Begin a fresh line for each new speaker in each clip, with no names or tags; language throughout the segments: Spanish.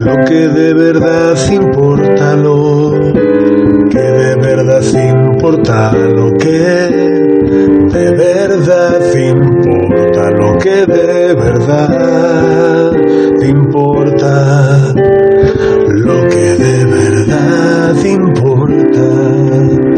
Lo que de verdad importa, lo que de verdad importa, lo que de verdad importa, lo que de verdad importa, lo que de verdad importa.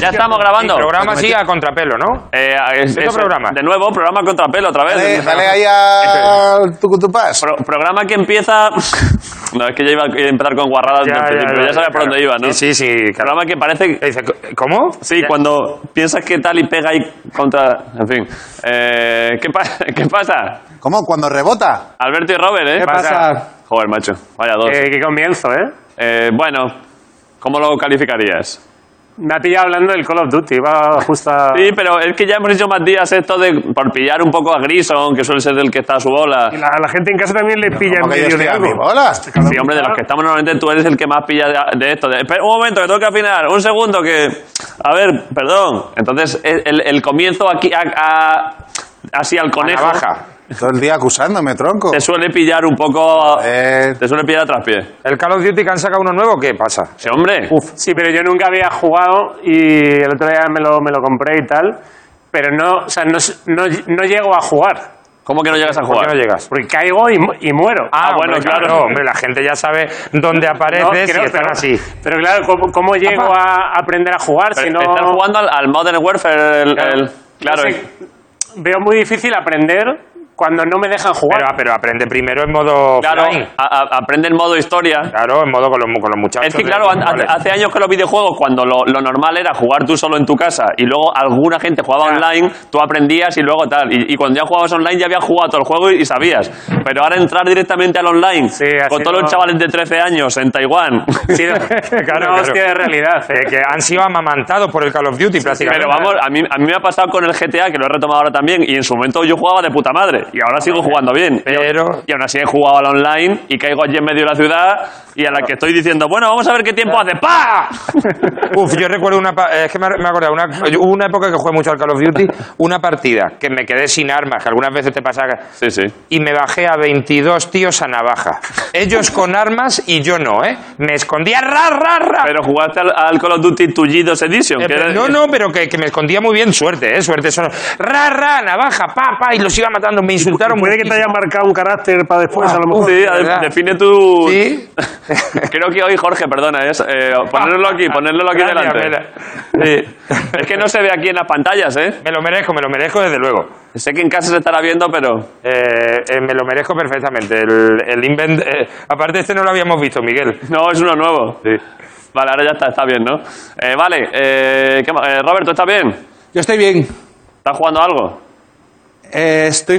Ya estamos grabando. Pues
El programa sigue a contrapelo, ¿no?
Eh, es-
Otro
es-
programa.
De nuevo, programa Contrapelo otra vez.
Dale, dale ahí al tucutupás.
Pro- programa que empieza. no, es que yo iba a empezar con guarradas,
Ya,
desde el
ya,
principio,
ya,
ya, sabía por
claro.
dónde iba, ¿no?
Sí, sí, sí, claro.
Programa que parece.
Que dice, ¿Cómo?
Sí,
Ya-
cuando piensas que tal y pega y contra. En fin. Eh, ¿qué, pa- ¿Qué pasa?
¿Cómo? Cuando rebota.
Alberto y Robert, ¿eh?
¿Qué pasa?
Joder, macho. Vaya dos.
Eh, que comienzo, ¿eh?
Eh, bueno, ¿cómo lo calificarías?
Me ha pillado hablando del Call of Duty. Iba justo a...
Sí, pero es que ya hemos hecho más días esto de por pillar un poco a Grison, que suele ser el que está a su bola.
Y la, a la gente en casa también le pilla en
Como que yo
medio
estoy
de
a mi
algo.
bola.
Sí, hombre, de los que estamos normalmente tú eres el que más pilla de, de esto. De, espera, un momento, que tengo que afinar. Un segundo, que... A ver, perdón. Entonces, el, el comienzo aquí, a- a- así al conejo,
navaja.
Todo el día acusándome, tronco.
te suele pillar un poco...
Eh,
Te suele pillar a traspié.
¿El Call of Duty que han sacado uno nuevo? ¿Qué pasa?
Sí, hombre.
Sí, pero yo nunca había jugado y el otro día me lo, me lo compré y tal. Pero no, o sea, no, no, no llego a jugar.
¿Cómo que no llegas a
¿Por qué
jugar?
no llegas? Porque caigo y, mu- y muero.
Ah, bueno, claro.
no, hombre, la gente ya sabe dónde apareces
creo,
y están
pero-
así.
Pero claro, ¿cómo, cómo llego a aprender a jugar
Pero
si no...
Estás jugando al, al Modern Warfare, el... el- claro.
no sé, veo muy difícil aprender cuando no me dejan jugar.
Pero, pero aprende primero en modo
Claro,
offline.
a- a- aprende en modo historia.
Claro, en modo con los, mu- con los muchachos.
Es que
de-
claro, an-
vale.
hace, hace años que los videojuegos, cuando lo, lo normal era jugar tú solo en tu casa y luego alguna gente jugaba online, tú aprendías y luego tal. Y, y cuando ya jugabas online ya habías jugado todo el juego y, y sabías. Pero ahora entrar directamente al online
así
con todos
no.
los chavales de 13 años en Taiwán.
Sí, no, claro,
una
claro.
hostia de realidad.
Eh, que han sido amamantados por el Call of Duty prácticamente.
Pero vamos, a mí, a mí me ha pasado con el GTA, que lo he retomado ahora también, y en su momento yo jugaba de puta madre, y ahora sigo jugando bien.
Pero-
Y aún así he jugado al online, y caigo allí en medio de la ciudad, y a la que estoy diciendo, bueno, vamos a ver qué tiempo hace, ¡pa!
Uf, yo recuerdo una. pa- eh, Es que me, me he acordado, una, hubo una época que jugué mucho al Call of Duty, una partida que me quedé sin armas, que algunas veces te pasa. que-
Sí, sí.
Y me bajé a 22 tíos a navaja. Ellos con armas y yo no, ¿eh? Me escondía, ra, ra, ra.
Pero jugaste al, al Call of Duty Tullidos Edition.
Ah. Eh,
que
pero-
era-
no, no, pero que, que me escondía muy bien, suerte, ¿eh? Suerte solo. Ra, ra, navaja, pa, pa, y los iba matando, me insultaron.
Puede que te haya marcado un carácter para después,
Guau,
a lo mejor.
Sí,
de verdad.
define tu.
Sí.
Creo que hoy, Jorge, perdona, es. eh, ponerlo aquí, ponerlo aquí
Gracias,
delante. Sí. Es que no se ve aquí en las pantallas, ¿eh?
Me lo merezco, me lo merezco desde luego.
Sé que en casa se estará viendo, pero.
Eh, eh, me lo merezco perfectamente. El, el invent, eh, aparte, este no lo habíamos visto, Miguel.
No, es uno nuevo. Vale, ahora ya está, está bien, ¿no? Eh, vale, eh, ¿qué más? Eh, Roberto, ¿estás bien?
Yo estoy bien.
¿Estás jugando algo?
Eh, estoy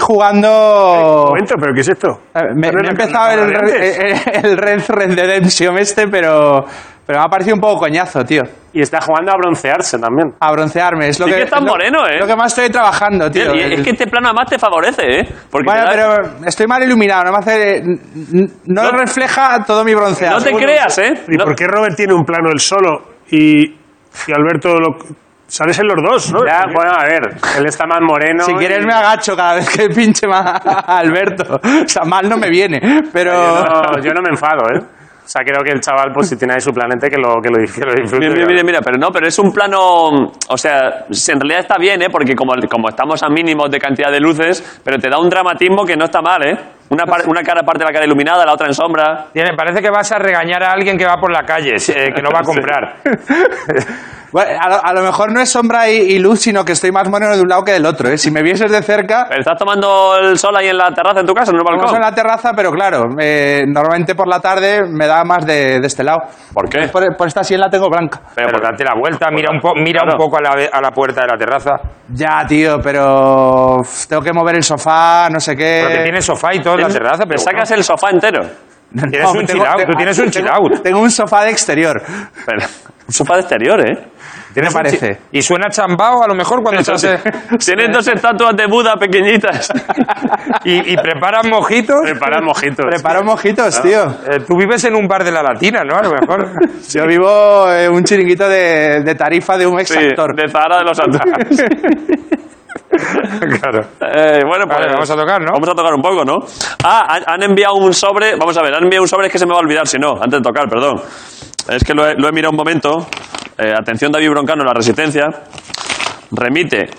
jugando.
Un momento, pero ¿qué es esto?
A ver, Me, me
Pero
he
no-
empezado
no
el, eh,
antes.
el- el Red Red Redemption este, pero, pero me ha parecido un poco coñazo, tío.
Y está jugando a broncearse también.
A broncearme. Es lo
Sí
que,
que estás
es lo-
moreno, ¿eh?
Lo que más estoy trabajando, tío.
Y es que este plano además te favorece, ¿eh? Porque
Bueno,
te da-
pero estoy mal iluminado. No me hace. n- n- No,
No-
refleja todo mi bronceado.
No te
Seguro.
creas, ¿eh?
¿Y
No-
por qué Robert tiene un plano él solo y, y Alberto lo... Sales en los dos, ¿no?
Ya, bueno, a ver, él está más moreno.
eh.
Si quieres me agacho cada vez que pinche más a Alberto. O sea, mal no me viene, pero...
No, yo no me enfado, ¿eh? O sea, creo que el chaval, pues si tiene ahí su planeta, que lo, que lo, que lo disfrute.
Mira, mira, mira, mira, pero no, pero es un plano. O sea, si en realidad está bien, ¿eh? Porque como, como estamos a mínimos de cantidad de luces, pero te da un dramatismo que no está mal, ¿eh? Una, par- una cara parte de la cara iluminada, la otra en sombra.
Tiene- parece que vas a regañar a alguien que va por la calle, eh, que no va a comprar.
Bueno, a, lo, a lo mejor no es sombra y, y luz, sino que estoy más moreno de un lado que del otro. ¿eh? Si me vieses de cerca,
Pero estás tomando el sol ahí en la terraza en tu casa, en el
Estamos
balcón.
en la terraza, pero claro, eh, normalmente por la tarde me da más de, de este lado.
¿Por qué?
Por, por esta sien la tengo blanca.
Pero, date la vuelta, mira, un, po- mira
claro.
un poco a la, ve- a la puerta de la terraza.
Ya, tío, pero uf, tengo que mover el sofá, no sé qué.
Porque tiene sofá y todo en la terraza,
Te
pero
sacas el sofá entero.
bueno, tienes
No,
un
tengo-
chill out,
tengo-
tú tienes un chill out.
Tengo un sofá de exterior.
Pero, un sofá de exterior, ¿eh?
Tienes
me
un chi-
parece.
Y suena chambao a lo mejor cuando se hace...
Tienes dos estatuas de Buda pequeñitas.
Y, y preparas mojitos.
Preparas mojitos.
Preparo mojitos, tío.
Eh, tú vives en un bar de la Latina, ¿no? A lo mejor.
Yo vivo eh, en un chiringuito de, de tarifa de un
Sí,
exactor.
de Zahara de los Santos.
claro.
Eh, bueno, pues
Vale, vamos a tocar, ¿no?
Vamos a tocar un poco, ¿no? Ah, han, han enviado un sobre. Vamos a ver, han enviado un sobre, es que se me va a olvidar si no, antes de tocar, perdón. Es que lo he, lo he mirado un momento. Eh, atención, David Broncano, la resistencia. Remite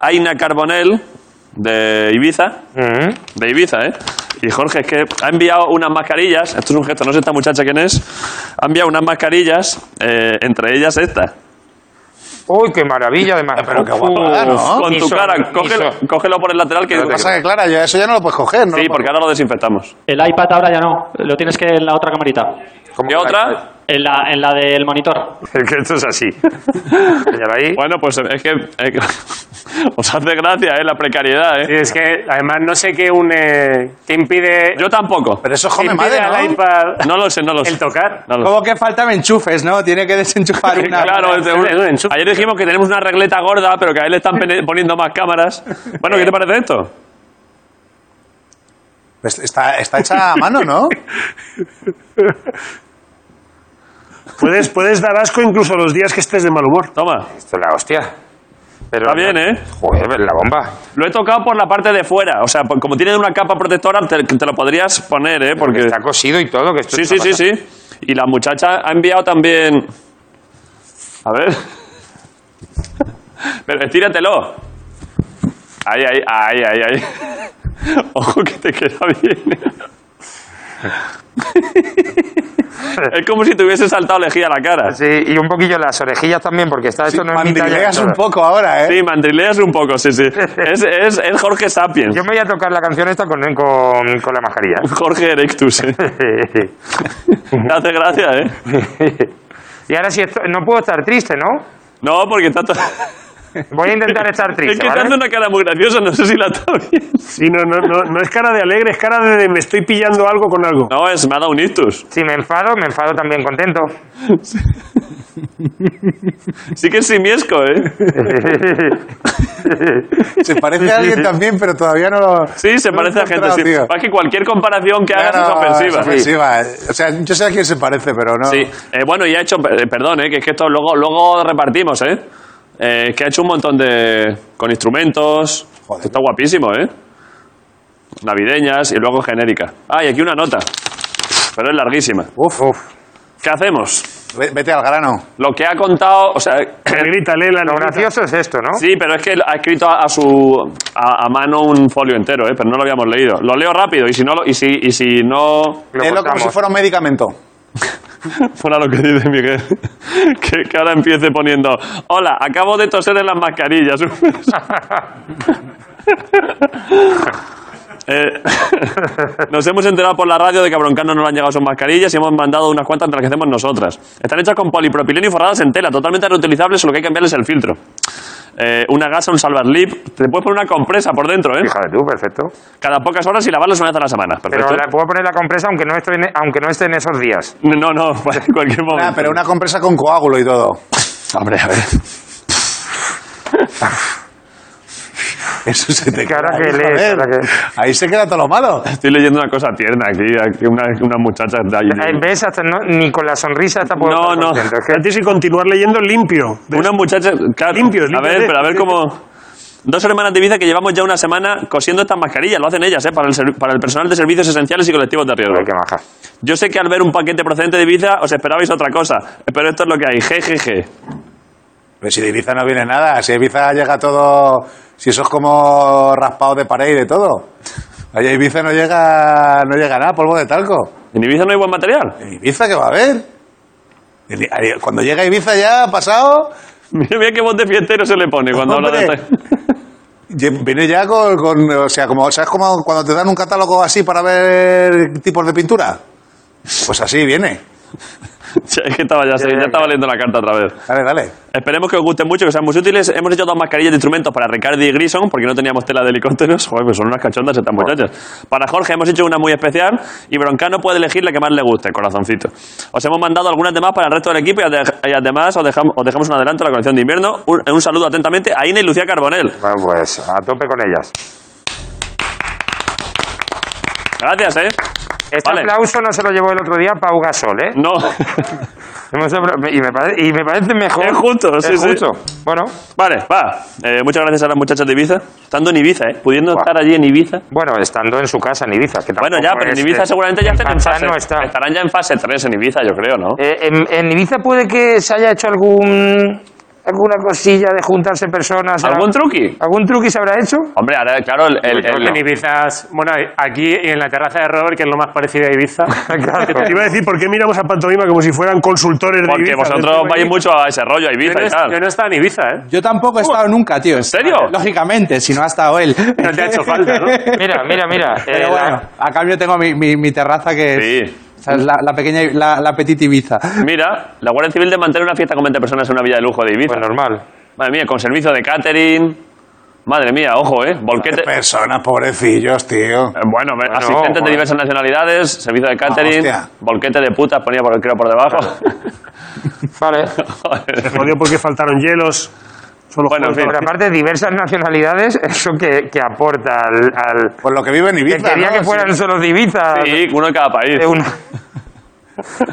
Aina Carbonell de Ibiza.
Ujú.
De Ibiza, ¿eh? Y Jorge, es que ha enviado unas mascarillas. Esto es un gesto, no sé esta muchacha quién es. Ha enviado unas mascarillas, eh, entre ellas esta.
Uy, qué maravilla, además.
Pero qué guapada, ¿no?
Con tu
Hizo-
cara, cógelo,
hizo-
cógelo por el lateral que.
Lo que pasa es que, Clara, ya eso ya no lo puedes coger, ¿no?
Sí, porque ahora lo desinfectamos.
El iPad ahora ya no, lo tienes que en la otra camarita.
¿Cómo
¿Qué
que-
otra?
En la, en la del monitor.
Es que esto es así. Señala ahí.
Bueno, pues es que, es que- os hace gracia, ¿eh? La precariedad,
Sí,
¿eh?
es que además no sé qué une. ¿Qué impide.
Yo tampoco.
Pero eso es
qué
Home
impide
Madre,
al
¿no?
iPad
No lo sé, no lo sé.
el tocar?
No lo sé.
Como que faltan enchufes, ¿no? Tiene que desenchufar una.
Claro, es de un-
Es un enchufe.
ayer dijimos que tenemos una regleta gorda, pero que a él le están pene- poniendo más cámaras. Bueno, ¿qué te parece esto?
Pues Está, está hecha a mano, ¿no?
Puedes, puedes dar asco incluso los días que estés de mal humor.
Toma,
Esto es la hostia. Pero,
está bien, ¿eh?
Joder, la bomba.
Lo he tocado por la parte de fuera, o sea, por- como tiene una capa protectora, te, te lo podrías poner, ¿eh?
Porque
Porque
está cosido y todo. Que esto
Sí,
es
sí,
una
sí,
pasada.
sí. Y la muchacha ha enviado también. A ver. Pero estíratelo. Ahí, ahí, ahí, ahí, ahí. Ojo que te queda bien. es como si te hubiese saltado lejía a la cara.
Sí, y un poquillo las orejillas también, porque está esto no es mi talla.
Mandrileas un poco ahora, ¿eh?
Sí, mandrileas un poco, sí, sí. Es, es, es Jorge Sapiens.
Yo me voy a tocar la canción esta con, con, con la mascarilla.
Jorge Erectus. ¿eh? Te hace gracia, ¿eh?
y ahora sí, esto, no puedo estar triste, ¿no?
No, porque está todo.
Voy a intentar estar
Es
triste,
que te hace
¿vale?
una cara muy graciosa, no sé si la está bien.
Sí, no, no, no, no es cara de alegre, es cara de, de me estoy pillando algo con algo.
No, es, me ha dado un ictus.
Si me enfado, me enfado también contento.
Sí que es simiesco, ¿eh?
Se parece a alguien también, pero todavía no lo.
Sí, se
no lo
parece
he
a gente. Sí.
encontrado, tío.
Es que cualquier comparación que hagas
Claro,
es ofensiva.
es ofensiva. O sea, yo sé a quién se parece, pero no.
Sí. Eh, bueno, y ha hecho, eh, perdón, eh, que es que esto luego, luego repartimos, ¿eh? Eh, que ha hecho un montón de... con instrumentos.
Joder.
Está guapísimo, ¿eh? Navideñas y luego genérica. Ah, y aquí una nota. Pero es larguísima.
Uf, uf.
¿Qué hacemos?
Ve- Vete al grano.
Lo que ha contado, o sea,
Negrita, lee la
Lo
negrita.
gracioso es esto, ¿no?
Sí, pero es que ha escrito a, a su a, a mano un folio entero, ¿eh? pero no lo habíamos leído. Lo leo rápido y si no lo- y si y si no
Lo
Es lo como
cortamos.
si fuera un medicamento.
fuera lo que dice Miguel, que, que ahora empiece poniendo, hola, acabo de toser en las mascarillas. Eh, nos hemos enterado por la radio de que a Broncano no le han llegado sus mascarillas y hemos mandado unas cuantas entre las que hacemos nosotras. Están hechas con polipropileno y forradas en tela, totalmente reutilizables, solo que hay que cambiarles el filtro. Eh, una gasa, un salvarlip, te puedes poner una compresa por dentro, ¿eh?
Fíjate tú, perfecto.
Cada pocas horas y lavarlos una vez a la semana.
Pero
Perfecto.
la puedo poner la compresa aunque no, esté en, e, aunque no esté en esos días.
No, no, en cualquier momento.
Ah, pero una compresa con coágulo y todo.
Hombre, a ver.
Eso se te
Que ahora
queda
que
ahí,
lees,
joder.
ahora que-
Ahí se queda todo lo malo.
Estoy leyendo una cosa tierna aquí, aquí una, una muchacha de ahí.
Eh, ¿Ves? Hasta no- ni con la sonrisa hasta puedo
No,
estar
no.
contento. Es que-
Antes de continuar leyendo limpio. De-
Una muchacha. claro,
Limpio, limpio,
A ver,
de-
pero a ver cómo. Dos hermanas de Ibiza que llevamos ya una semana cosiendo estas mascarillas, lo hacen ellas, ¿eh? Para el, servi- para el personal de servicios esenciales y colectivos de riesgo.
Joder, qué maja.
Yo sé que al ver un paquete procedente de Ibiza os esperabais otra cosa, pero esto es lo que hay, jejeje.
Pero si de Ibiza no viene nada, si de Ibiza llega todo. Si eso es como raspado de pared y de todo. Allá a Ibiza no llega, no llega nada, polvo de talco.
¿En Ibiza no hay buen material?
¿En Ibiza qué va a haber? En I- ahí- Cuando llega a Ibiza ya ha pasado,
Mira, mira qué voz de fiestero se le pone cuando habla de...
Hombre. ye- viene ya con, con- O sea, como, ¿sabes como cuando te dan un catálogo así para ver tipos de pintura? Pues así viene.
Es que estaba ya, se- ya estaba leyendo la carta otra vez.
Dale, dale.
Esperemos que os guste mucho, que sean muy útiles. Hemos hecho dos mascarillas de instrumentos para Ricardi y Grison, porque no teníamos tela de helicópteros. Joder, pues son unas cachondas estas muchachas. Para Jorge hemos hecho una muy especial y Broncano puede elegir la que más le guste, corazoncito. Os hemos mandado algunas demás para el resto del equipo y, ade- y además os dejamos, os dejamos un adelanto a la colección de invierno. Un, un saludo atentamente a Ina y Lucía Carbonell.
Bueno, pues a tope con ellas.
Gracias, ¿eh?
Este
Vale. eh. Mm.
aplauso no se lo llevó el otro día Pau Gasol, ¿eh?
No.
Hemos apro- y, me pare- y me parece mejor.
Es justo, sí,
es
sí.
justo. Bueno,
Vale, va. Eh, muchas gracias a las muchachas de Ibiza. Estando en Ibiza, ¿eh? Pudiendo
Guau.
estar allí en Ibiza.
bueno, estando en su casa en Ibiza. Que
Bueno,
tampoco
ya, pero en
es
Ibiza
que-
seguramente ya
en
estén en
Panza
fase.
no está.
Estarán ya en fase 3 en Ibiza, yo creo, ¿no?
Eh, en, en Ibiza puede que se haya hecho algún alguna cosilla de juntarse personas.
¿Algún truqui?
¿Algún truqui se habrá hecho?
Hombre, ahora, claro, el.
Eh,
el- el-
En Ibiza, bueno, aquí en la terraza de Robert, que es lo más parecido a Ibiza.
Claro.
Te iba a decir, ¿por qué miramos a Pantomima como si fueran consultores de
porque
Ibiza?
vosotros vais mucho a ese rollo, a
Yo
Ibiza
no,
y tal.
yo no he estado en Ibiza, ¿eh?
Yo tampoco he estado nunca, tío. ¿En
serio?
Lógicamente, si no ha estado él.
No te ha hecho falta, ¿no?
Mira, mira, mira. eh,
Pero bueno,
la-
a cambio tengo mi, mi- mi terraza que es...
Sí.
o sea, es la, la pequeña, la, la petit Ibiza.
Mira, la Guardia Civil de mantener una fiesta con 20 personas en una villa de lujo de Ibiza.
Pues normal.
Madre mía, con servicio de catering. Madre mía, ojo, ¿eh? Volquete. Eh,
Personas, pobrecillos, tío.
Bueno, asistentes de
joder.
diversas nacionalidades, servicio de catering,
hostia.
volquete de putas ponía por el creo por debajo.
Vale.
Joder.
Se jodió porque faltaron hielos. Solo
Bueno, en
juegos
fin.
Pero aparte, diversas nacionalidades, eso que, que aporta al. al-
Por Pues lo que vive en
que
Ibiza.
quería
¿no?
que fueran
Sí.
solo de Ibiza.
Sí, uno de cada país.
de una-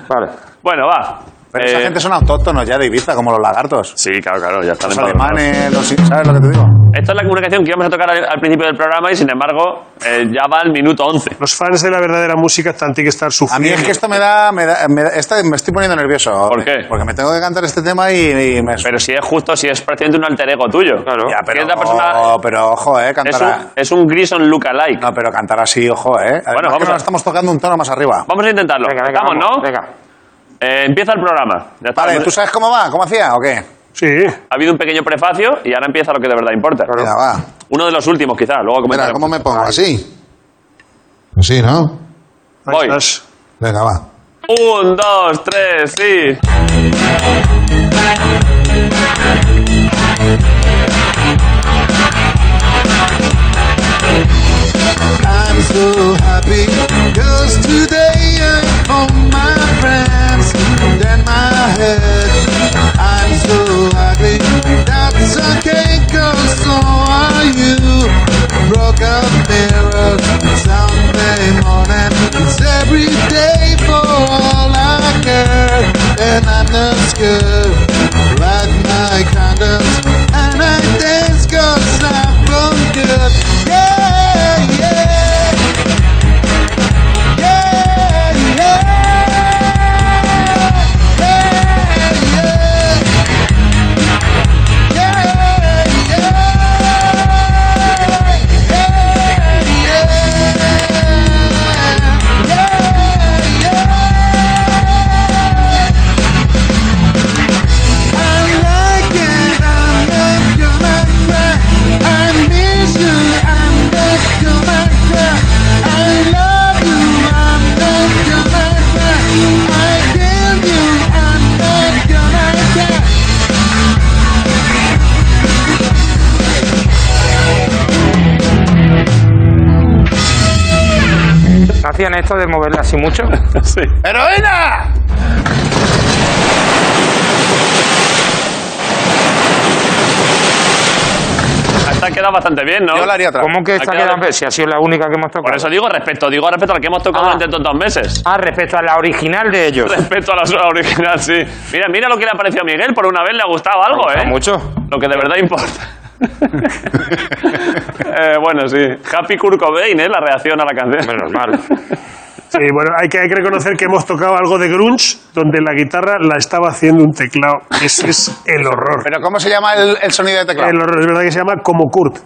Vale.
Bueno, va.
Pero esa
Eh,
gente son autóctonos ya de Ibiza, como los lagartos.
Sí, claro, claro, ya están
Los
en todos lados.
alemanes, los... ¿sabes lo que te digo?
Esta es la comunicación que íbamos a tocar al, al principio del programa y sin embargo eh, ya va al minuto 11.
Los fans de la verdadera música están tienen que estar
A mí
sufriendo.
es que esto me da... Me, da- me da- esta- me estoy poniendo nervioso.
¿Por qué?
Porque me tengo que cantar este tema y, y me...
Pero si es justo, si es prácticamente un alter ego tuyo.
Claro.
Ya,
que
pero,
es la persona-
pero ojo, eh,
Es
cantar a-
un, es un Grison lookalike.
No, pero cantar así, ojo, eh. Además,
vamos
que no
a-
estamos tocando un tono más arriba.
Vamos a intentarlo.
Venga, venga.
Estamos,
vamos,
¿no?
Venga.
Eh, empieza el programa. Ya está.
Vale, ¿tú sabes cómo va? ¿Cómo hacía o qué?
Sí.
Ha habido un pequeño prefacio y ahora empieza lo que de verdad importa.
Venga, va.
Uno de los últimos, quizás. Luego
Espera,
comentaremos.
¿cómo me pongo? ¿Así? Así, ¿no?
Ahí
Voy.
estás.
Venga, va.
Un, dos, tres, sí.
I'm so happy Cause today I'm home my friends Then my head I'm so ugly That's okay cause so are you Broken mirror Sunday morning It's every day for all I care And I'm not scared Like my condoms And I dance cause I'm from good Yeah, yeah yeah, yeah, yeah, I like it, I love you, my friend. I miss you, I'm back, you my friend. I love you, I'm back, you my friend. I kill you, I'm back, you my friend.
¿No hacían esto de moverla así mucho?
sí.
¡Heroína!
Esta ha quedado bastante bien, ¿no?
Yo la haría otra.
¿Cómo que esta
Ha quedado-
queda Si ha sido la única que hemos tocado.
Por eso digo respecto, digo respecto al que hemos tocado
Ah.
durante estos dos meses.
Ah, respecto a la original de ellos.
Respecto a la sola original, sí. Mira, mira lo que le ha parecido a Miguel, por una vez le ha gustado algo,
Me
¿eh?
gusta mucho.
Lo que de verdad importa. Eh, bueno, sí. Happy Kurt Cobain, ¿eh? La reacción a la canción.
Hombre, normal.
Sí, Eh, bueno, hay que, hay que reconocer que hemos tocado algo de grunge donde la guitarra la estaba haciendo un teclado. Ese es el horror.
¿Pero cómo se llama el, el sonido de teclado?
El horror, es verdad que se llama como Kurt.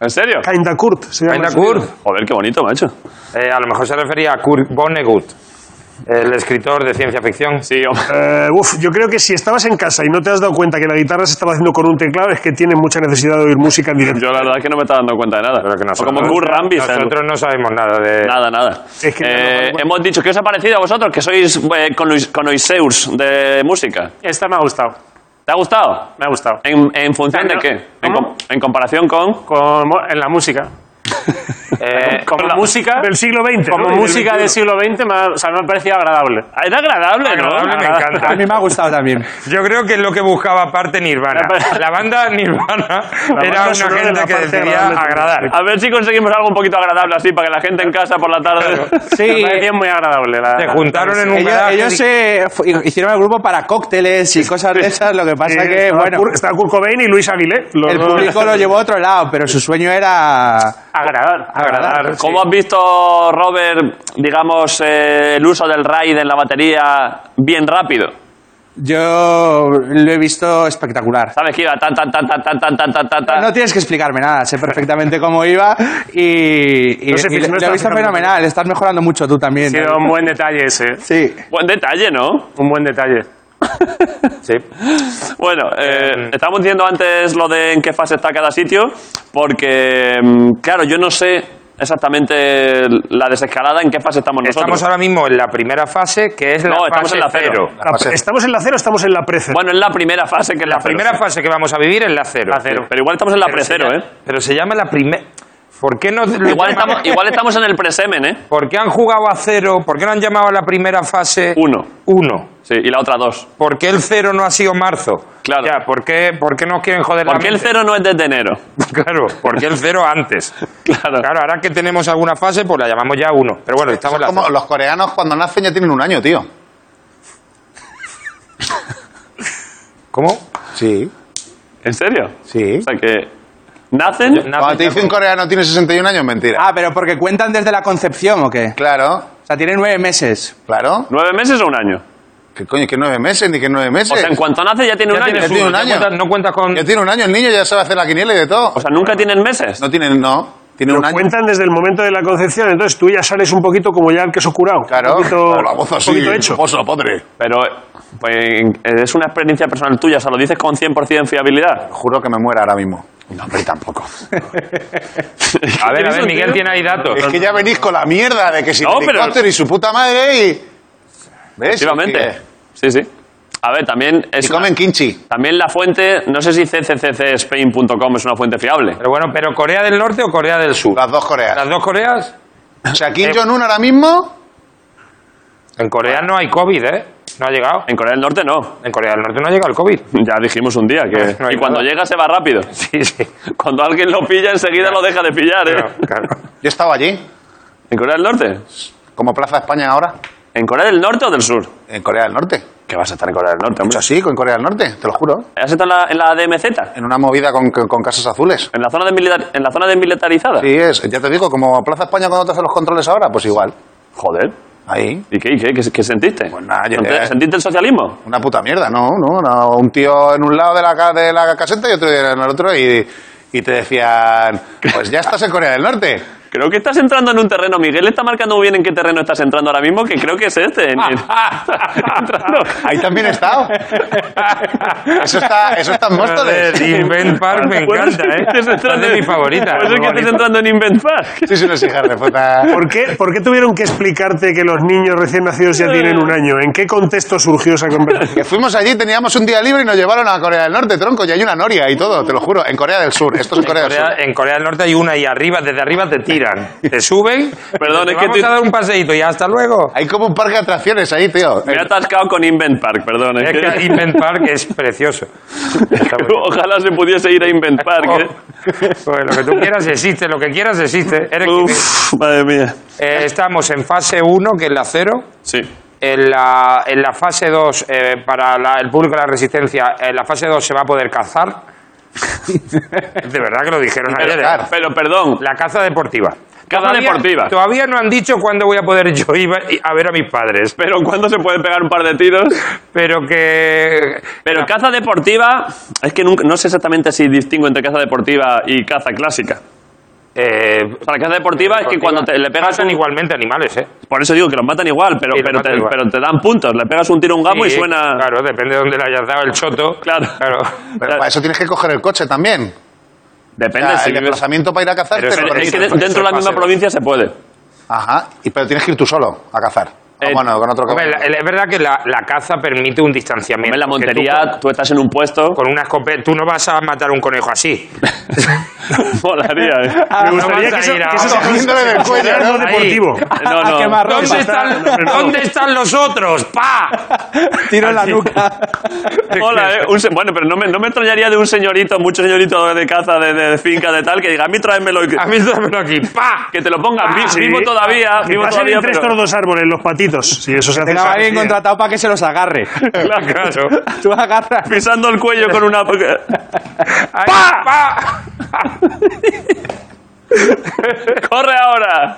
¿En serio?
Kinda Kurt. Se llama
Kinda
el
Kurt.
sonido.
Joder, qué bonito, macho.
Eh, a lo mejor se refería a Kurt Vonnegut, el escritor de ciencia ficción.
Sí, hombre.
Eh, uf, yo creo que si estabas en casa y no te has dado cuenta que la guitarra se estaba haciendo con un teclado, es que tienes mucha necesidad de oír música en directo.
Yo la verdad es que no me estaba dando cuenta de nada.
Pero que
o
nosotros,
como Kurt Rambis. el-
Nosotros no sabemos nada de...
Nada, nada.
Es que no,
Eh,
no, bueno.
Hemos dicho, ¿qué os ha parecido a vosotros? Que sois eh, conois- conoiseurs de música.
Esta me ha gustado,
¿Te ha gustado?
me ha gustado.
¿En, en función
Claro.
de qué? En,
¿Cómo?
com- en comparación con...
Como en la música. Eh, como música,
Del siglo XX.
como
¿no? Y
música del
del
siglo XX, me ha, o sea, me ha parecido agradable.
Ah, Era agradable, ¿no?
Agradable, me encanta.
A mí me ha gustado también.
Yo creo que es lo que buscaba aparte Nirvana. La banda Nirvana era
banda
una
sonora de
gente
la
que
parte
decidía
agradable.
agradar.
A ver si conseguimos algo un poquito agradable así para que la gente en casa por la tarde.
Sí.
Me parecía muy agradable. La,
Se
la-
juntaron en un
Ellos,
garaje
ellos se fu- hicieron el grupo para cócteles y cosas de esas, lo que pasa
Eh,
que,
estaba
bueno,
Kurt- estaba Kurt Cobain y Luis Aguilé. los
el
dos.
público lo llevó a otro lado, pero su sueño era...
agradar.
Agradar,
sí.
¿Cómo has visto, Robert, digamos, eh, el uso del raid en la batería bien rápido?
Yo lo he visto espectacular.
¿Sabes que iba tan, tan, tan, tan, tan, tan, tan, tan, tan,
Ah.
tan?
No tienes que explicarme nada, sé perfectamente cómo iba y, y-
No sé,
y
Fitz,
lo-
no
lo
estás
he visto
fijándote.
fenomenal, estás mejorando mucho tú también. ¿eh?
Ha sido un buen detalle ese.
Sí.
Buen detalle, ¿no?
Un buen detalle. Sí.
Bueno, eh, estábamos diciendo antes lo de en qué fase está cada sitio, porque, mm, claro, yo no sé exactamente la desescalada en qué fase estamos nosotros.
Estamos ahora mismo en la primera fase, que es la
No, estamos
fase
en la cero.
cero.
La fase-
¿Estamos en la cero o estamos en la prece?
Bueno, es la primera fase que es la,
La primera
cero,
fase que vamos a vivir es la cero.
sí. Pero igual estamos en la
Pero se
precero, ¿eh?
llama- Pero se llama la primera... ¿Por qué no...?
Igual estamos, igual estamos en el presemen, ¿eh?
¿Por qué han jugado a cero? ¿Por qué no han llamado a la primera fase
Uno.
uno?
Sí, y la otra dos.
¿Por qué el cero no ha sido marzo?
Claro.
Ya, ¿por, qué, ¿Por qué nos quieren joder
¿Por
la
qué el
mente?
cero no es desde enero?
Claro, ¿por qué el cero antes?
Claro.
Claro, ahora que tenemos alguna fase, pues la llamamos ya uno. Pero bueno, estamos en la
como
cero.
los coreanos cuando nacen ya tienen un año, tío.
¿Cómo?
Sí,
¿En serio?
sí.
O sea que nacen
Cuando te dice un coreano tiene 61 años, mentira.
Ah, pero porque cuentan desde la concepción o qué?
Claro,
O sea, tiene nueve meses.
claro.
nueve meses o un año.
¿Qué coño? ¿Qué nueve meses? Ni que nueve meses.
O sea, en cuanto nace ya tiene un año.
tienes tiene un
ya
año.
cuentas- no cuentas con...
Ya tiene un año el niño, ya sabe hacer la quiniela y de todo.
O sea, nunca tienen meses.
no tiene, no. Tiene
Lo
un año.
cuentan desde el momento de la concepción, entonces tú ya sales un poquito como ya el queso curado.
Claro,
un poquito,
con la voz así,
un poquito hecho.
pozo, padre.
Pero eh, pues, eh, es una experiencia personal tuya, o sea, lo dices con 100% fiabilidad.
Juro que me muera ahora mismo. No, hombre, tampoco.
A ver, a ver, Miguel tiene ahí datos.
Es que ya venís con la mierda de que si
No,
el
pero-
helicóptero y su puta madre y... ¿Ves?
Efectivamente.
Y
Sí, sí. A ver, también es
comen kimchi.
también la fuente, no sé si cccspain.com es una fuente fiable.
Pero bueno, ¿pero Corea del Norte o Corea del Sur?
Las dos Coreas.
¿Las dos Coreas?
O sea, Kim Jong-un ahora mismo...
En Corea no hay COVID, ¿eh? No ha llegado.
En Corea del Norte no.
En Corea del Norte no ha llegado el COVID.
Ya dijimos un día que
No hay
y cuando
nada.
llega se va rápido.
Sí, sí.
Cuando alguien lo pilla enseguida lo deja de pillar,
Claro,
¿eh?
claro.
Yo estaba allí,
¿En Corea del Norte?
como Plaza España ahora,
¿En Corea del Norte o del Sur?
en Corea del Norte.
Que vas a estar en Corea del Norte,
Mucho
hombre.
así, con Corea del Norte, te lo juro.
¿Has estado en la, en la DMZ?
En una movida con, con- con casas azules.
¿En la zona, de militar- en la zona desmilitarizada?
Sí, es, ya te digo, como Plaza España cuando te hacen los controles ahora, pues igual.
Joder.
Ahí.
¿Y qué, y qué, qué, qué sentiste?
Pues nada, yo-
¿Sentiste-
eh.
¿Sentiste el socialismo?
Una puta mierda, no, no, no. Un tío en un lado de la, ca- de la caseta y otro en el otro y, y te decían, pues ya estás en Corea del Norte.
Creo que estás entrando en un terreno. Miguel está marcando muy bien en qué terreno estás entrando ahora mismo, que creo que es este. En- en- entrando.
Ahí también he estado. Eso está, eso está en Móstoles.
Y Ben Park me
Bueno,
encanta,
es
¿eh?
que estés
Es
entrando
de
en-
mi favorita.
Pues es que estés entrando en Invent Park.
Sí, sí, unos hijas de puta.
¿Por qué, por qué tuvieron que explicarte que los niños recién nacidos ya tienen un año? ¿En qué contexto surgió esa conversación?
Que fuimos allí, teníamos un día libre y nos llevaron a Corea del Norte, tronco, y hay una noria y todo, te lo juro, en Corea del Sur. Esto es en Corea del
Corea-
Sur.
en Corea del Norte hay una y arriba, desde arriba te tiran. Te suben.
Perdón,
te
es que
Vamos
te-
a dar un paseíto y hasta luego.
Hay como un parque de atracciones ahí, tío.
Me he atascado con Invent Park, perdón. es
Es
que-
que Invent Park es precioso. Está muy bien.
Ojalá se pudiese ir a Invent Park.
Oh,
¿eh?
Pues lo que tú quieras existe, lo que quieras existe. Eres quien eres.
Uf, madre mía.
Eh, estamos en fase 1, que es la 0.
Sí.
En la, en la fase 2, eh, para la- el público de la resistencia, en la fase 2 se va a poder cazar. de verdad que lo dijeron ayer.
Pero,
¿eh?
pero perdón,
La caza deportiva.
Caza
Todavía-
deportiva.
Todavía no han dicho cuándo voy a poder yo ir a- a ver a mis padres.
pero ¿cuándo se puede pegar un par de tiros?
Pero que.
Pero caza deportiva, es que nunca, no sé exactamente si distingo entre caza deportiva y caza clásica.
eh,
O sea, la caza deportiva es que cuando te- le pegas
Cazan
un...
igualmente animales, ¿eh?
Por eso digo que los matan igual, pero,
Sí, los
pero,
matan
te,
igual.
pero te dan puntos. Le pegas un tiro a un gamo y
Sí,
Ah, suena...
Claro, depende de dónde le hayas dado el choto.
Claro.
Pero para eso tienes que coger el coche también.
Depende.
Ya,
si
el
vives-
desplazamiento para ir a cazar
Pero
te
es,
lo
es que
permite.
de- dentro de la misma provincia se puede.
Ajá, y, pero tienes que ir tú solo a cazar.
Eh,
Vámonos, con otro
Hombre,
cabrón.
la- es verdad que la, la caza permite un distanciamiento.
en la
porque tú
montería, tú, estás en un puesto.
con, con una escopeta, tú no vas a matar un conejo así.
Molaría, eh.
Ah,
Me gustaría que eso,
ir a-
que eso se
Cogiéndole del cuello,
fuera algo
¿no? Ahí.
deportivo.
Ah,
No, no.
¿Dónde están, ¿dónde están los otros? ¡Pa!
Tiro en la nuca.
Mola, eh. Un se- bueno, pero no me, no me extrañaría de un señorito, mucho señorito de caza, de, de finca, de tal, que diga, a mí tráemelo y que,
A mí dámelo aquí. ¡Pa!
que te lo ponga vi-
Sí.
vivo todavía,
Que
vivo
pasen
todavía.
entre
pero-
estos dos árboles los patitos. Sí, eso se hace.
Tenga a alguien
sabiduría.
contratado para que se los agarre.
Claro, claro.
Tú agarras.
Pisando el cuello con una...
Ahí, ¡Pa!
¡Corre ahora!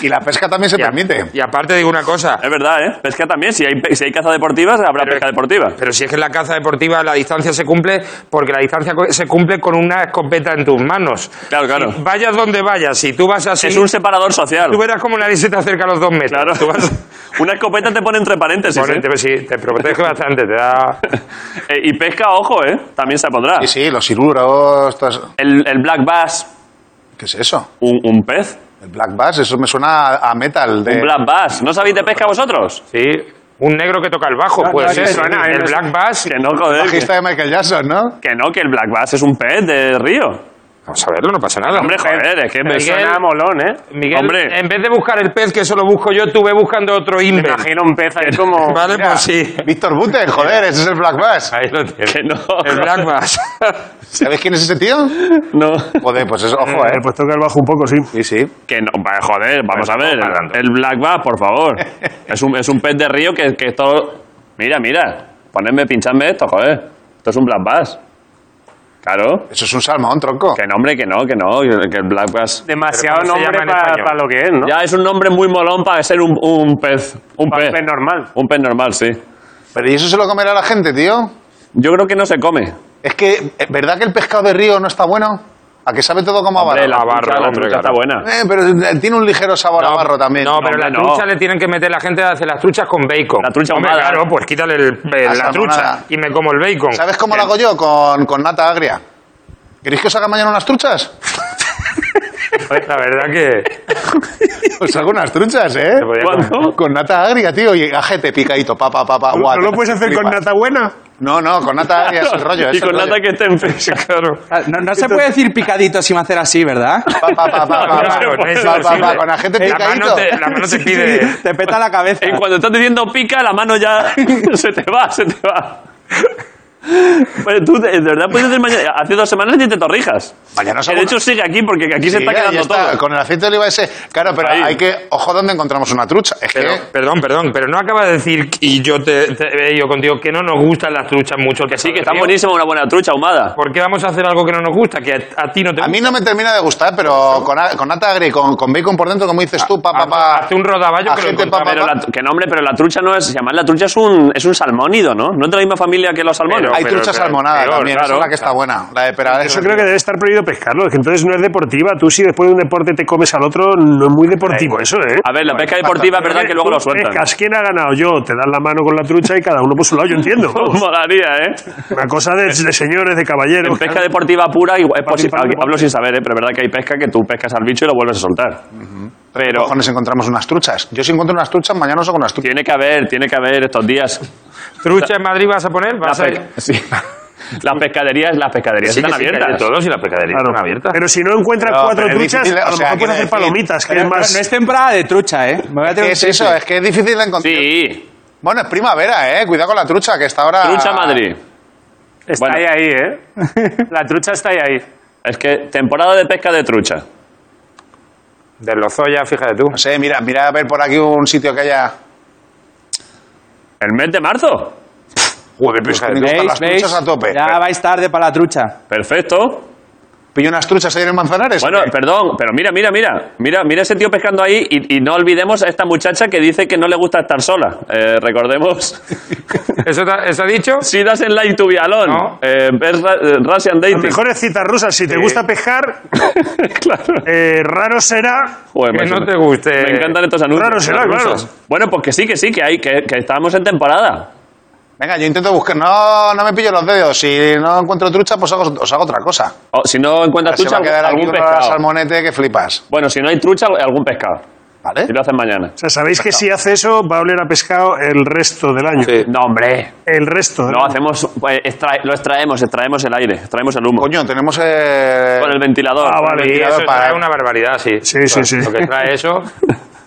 Y la pesca también se permite.
Y aparte digo una cosa.
Es verdad, ¿eh? Pesca también. Si hay, pe- si hay caza deportiva, habrá pesca deportiva.
Pero si es que en la caza deportiva la distancia se cumple porque la distancia co- se cumple con una escopeta en tus manos.
Claro, claro.
Si vayas donde vayas, si tú vas así,
Es un separador social.
tú verás como nadie se te acerca a los dos metros.
Claro.
Tú vas-
Una escopeta te pone entre paréntesis.
Bueno,
¿eh?
te, sí, te protege bastante, te da...
Eh, y pesca, ojo, ¿eh? También se podrá.
Sí, sí, los siluros, todo eso.
El, el black bass,
¿Qué es eso?
un, un pez.
El black bass, eso me suena a, a metal. De...
Un black bass. ¿No sabéis de pesca vosotros?
Sí, un negro que toca el bajo, puede
no,
ser.
sí, suena,
el
no
black bass...
Que no, joder. Que,
Bajista de Michael Jackson, ¿no?
que no, que el black bass es un pez de río.
Vamos a verlo, no pasa nada.
Hombre, joder, es que me
Miguel-
suena molón, ¿eh?
Miguel,
Hombre,
en vez de buscar el pez que solo busco yo, tú ve buscando otro
Me
imbécil.
imagino un pez ahí como...
Vale,
Mira,
pues sí.
Víctor Butten, joder, ese es el black bass.
Ahí lo tienes.
que no.
El black bass.
¿Sabéis quién es ese tío?
No.
Joder, pues eso, ojo,
Joder,
¿eh?
pues toca el bajo un poco, sí.
Sí, sí.
Que no, va, joder, vamos a ver. El Black Bass, por favor. Es un, es un pez de río que, que esto. Mira, mira. Ponedme, pinchadme esto, joder. Esto es un Black Bass. Claro.
Eso es un salmón, tronco.
Que nombre, que no, que no. Que el Black Bass.
Demasiado
Pero ¿cómo se
nombre
llama en
para
español?
lo que es, ¿no?
Ya es un nombre muy molón para ser un, un pez. Un
Para
pez.
un pez normal.
Un pez normal, sí.
Pero ¿y eso se lo comerá la gente, tío?
Yo creo que no se come.
Es que, eh, ¿verdad que el pescado de río no está bueno? ¿A que sabe todo como a barro?
Hombre, Eh, la
barra,
trucha- la
hombre,
trucha está
claro.
buena.
Eh, pero eh, tiene un ligero sabor a barro también.
No, pero
hombre,
las
no.
truchas le tienen que meter la gente hace las truchas con bacon.
La trucha
Hombre,
ahumada.
claro, pues quítale el- el-
La
la trucha
salmonada.
y me como el bacon.
¿Sabes cómo lo hago yo? Con, con nata agria. ¿Queréis que os haga mañana unas truchas?
Pues la verdad que
Os hago unas truchas, ¿eh?
podía
¿Cuándo?
Con nata agria, tío, y ajete picadito, pa, pa, pa, pa, guau,
¿No lo
te
puedes hacer con
flipas.
nata buena?
No, no, con nata agria es el rollo, es
y
el
con
rollo.
nata que esté en pez.
No, no se puede decir picadito sin hacer así, ¿verdad?
Pa, pa, pa, pa, pa,
No,
pa,
Eh, no se
pa, pa,
puede, no se
pa,
puede.
con ajete
pues la mano
picadito.
te, la mano te pide.
Te peta la cabeza.
Y cuando estás diciendo pica, la mano ya se te va, se te va. Pero tú, de de verdad, puedes decir mañana. Hace dos semanas te torrijas.
Mañana os hago
El hecho sigue aquí porque aquí se
Sí,
está
ya
quedando
está,
todo.
Con el aceite de oliva ese. Claro, pero
Ahí.
hay que. Ojo dónde encontramos una trucha. Es
Pero,
que.
perdón, perdón, pero no acaba de decir y yo te, te- eh, yo contigo que no nos gustan las truchas mucho.
Que sí, que está buenísima una buena trucha ahumada.
¿Por qué vamos a hacer algo que no nos gusta? Que a, a ti no te
A
gusta.
mí no me termina de gustar, pero con, a- con nata agria y con, con bacon por dentro, como dices tú, pa,
Ah,
pa, pa.
Hace un rodaballo que lo
Agente, pa,
encontramos.
pa,
Pero
pa.
la, que nombre, pero la trucha no es. Llamar la trucha es un, es un salmónido, ¿no? No es de la misma familia que los salmones.
Hay
pero-
trucha
pero-
salmonada
peor,
también, esa
claro.
es la que está buena. La de Perales.
Yo creo que debe estar prohibido pescarlo, es que entonces no es deportiva. Tú si después de un deporte te comes al otro, no es muy deportivo eso, ¿eh?
A ver, la pesca deportiva es verdad que luego lo sueltan.
Pescas, ¿quién ha ganado? Yo, te dan la mano con la trucha y cada uno por su lado, yo entiendo. vamos.
Molaría, ¿eh?
Una cosa de, de señores, de
En
caballeros.
pesca deportiva pura, igual- es posible.
Participar en
Hablo sin saber, ¿eh? Pero es verdad que hay pesca que tú pescas al bicho y lo vuelves a soltar.
Pero. Cojones encontramos unas truchas. Yo si encuentro unas truchas, mañana os hago unas truchas.
Tiene que haber, tiene que haber estos días.
Trucha en Madrid vas a poner, vas a
Las pe- sí. Las pescaderías, las pescaderías
Sí, que
están
sí, que hay
abiertas.
de todos y las pescaderías
Claro.
están abiertas.
Pero si no encuentras
No,
cuatro
pero es
truchas,
difícil, o
a lo
sea,
mejor
quiero
puedes hacer
decir-
palomitas, que
Pero
es
no-
más...
no es temporada de trucha, ¿eh? Me voy a
¿Qué
tener
es eso? Es que es difícil de encontrar.
Sí,
Bueno, es primavera, eh. Cuidado con la trucha, que está ahora.
trucha
Ah.
Madrid.
Está
Bueno.
ahí, ahí, ¿eh? La trucha está ahí, ahí.
Es que temporada de pesca de trucha.
De Lozoya, fíjate tú.
No sé, mira, mira a ver por aquí un sitio que haya.
El mes de marzo.
Joder,
Me
fíjate tú.
gustan Pues las truchas a tope.
Ya vais tarde para la trucha.
Perfecto.
Pillo unas truchas ahí en el Manzanares.
Bueno, perdón, pero mira, mira, mira. Mira, mira ese tío pescando ahí y, y no olvidemos a esta muchacha que dice que no le gusta estar sola. Eh, recordemos.
¿Eso, te- ¿Eso ha dicho?
Si das en like to be alone.
No.
Eh, ves Ra- eh, Russian Dating.
Las mejores citas rusas, si te gusta pescar,
claro.
eh, raro será...
Joder,
Que
macho.
no te eh, guste.
Me encantan estos anuncios.
Claro, será,
Las
claro.
rusas. Bueno, pues que sí, que sí, que, hay, que, que estábamos en temporada.
Venga, yo intento buscar. No, no me pillo los dedos. Si no encuentro trucha, pues hago, os hago otra cosa.
O, si no encuentras
Se
trucha,
va a quedar aquí
algún
con una
pescado.
salmonete que flipas.
Bueno, si no hay trucha, algún pescado.
¿Vale?
Si lo hacen mañana.
O sea, sabéis que si hace eso va a oler a pescado el resto del año.
No, hombre.
El resto. del
No,
año.
hacemos, pues, extrae- lo extraemos, extraemos el aire, extraemos el humo.
Coño, tenemos. eh,
Con el ventilador.
Ah, vale.
Y
Ventilador
eso
para-
trae una barbaridad, sí.
Sí, sí, sí.
Lo que trae eso.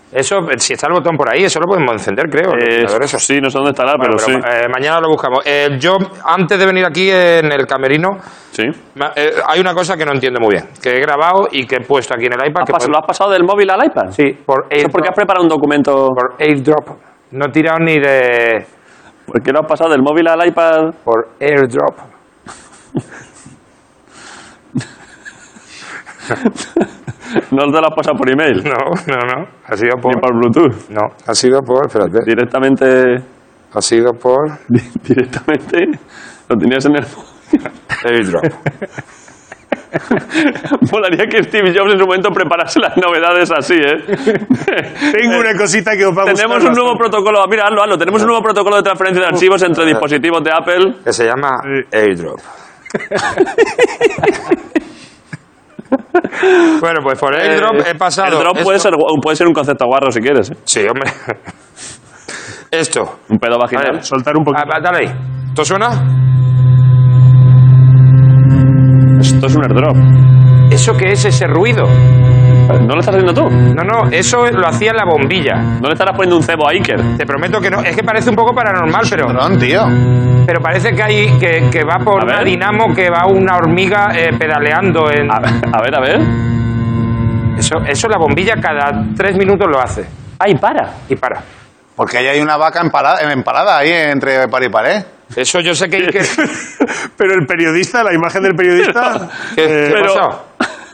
Eso, si está el botón por ahí, eso lo podemos encender, creo. el
Eh,
ventilador, eso.
sí, no sé dónde estará,
Bueno,
pero,
pero, eh, mañana lo buscamos. Eh, yo, antes de venir aquí en el camerino,
sí. Sí.
ma- eh, hay una cosa que no entiendo muy bien, que he grabado y que he puesto aquí en el iPad.
¿Has
que
pas- ¿Lo
podemos-
has pasado del móvil al iPad?
Sí, por
¿Eso es porque has preparado un documento?
por airdrop. No he tirado ni de.
¿Por qué lo has pasado del móvil al iPad?
Por airdrop.
No te lo has pasado por email,
No, no, no. Ha sido
ni
por.
por Bluetooth.
No, ha sido por. Espérate.
Directamente,
Ha sido por.
di- directamente lo tenías en el móvil.
Airdrop.
Molaría que Steve Jobs en su momento preparase las novedades así, ¿eh?
Tengo una cosita que os va a gustar.
Tenemos un nuevo
bastante.
protocolo, mira, hazlo, hazlo. Tenemos un nuevo protocolo de transferencia de archivos entre dispositivos de Apple.
que se llama airdrop. bueno, pues por airdrop
Eh,
he pasado.
El drop
esto-
puede ser, gu- puede ser un concepto guarro si quieres. ¿eh?
Sí, hombre. Esto.
Un pedo
A
vaginal.
ver,
Soltar un poquito.
ah, va, dale ahí. ¿Esto suena?
Esto es un airdrop.
¿Eso qué es ese ruido?
¿No lo estás haciendo tú?
No,
¿No
no, eso lo hacía la bombilla.
le estarás poniendo un cebo a Iker?
Te prometo que no. Es que parece un poco paranormal, pero,
Dron, tío.
pero parece que, hay, que, que va por
A
una
ver.
dinamo que va una hormiga eh, pedaleando en.
A ver, a ver, a ver.
Eso, eso la bombilla cada tres minutos lo hace.
¡Ay, para!
Y para.
Porque ahí hay una vaca empalada, empalada ahí entre par y pared.
Eso yo sé que. que-
Pero el periodista, la imagen del periodista.
¿Qué,
eh,
qué ha
pero-
pasado?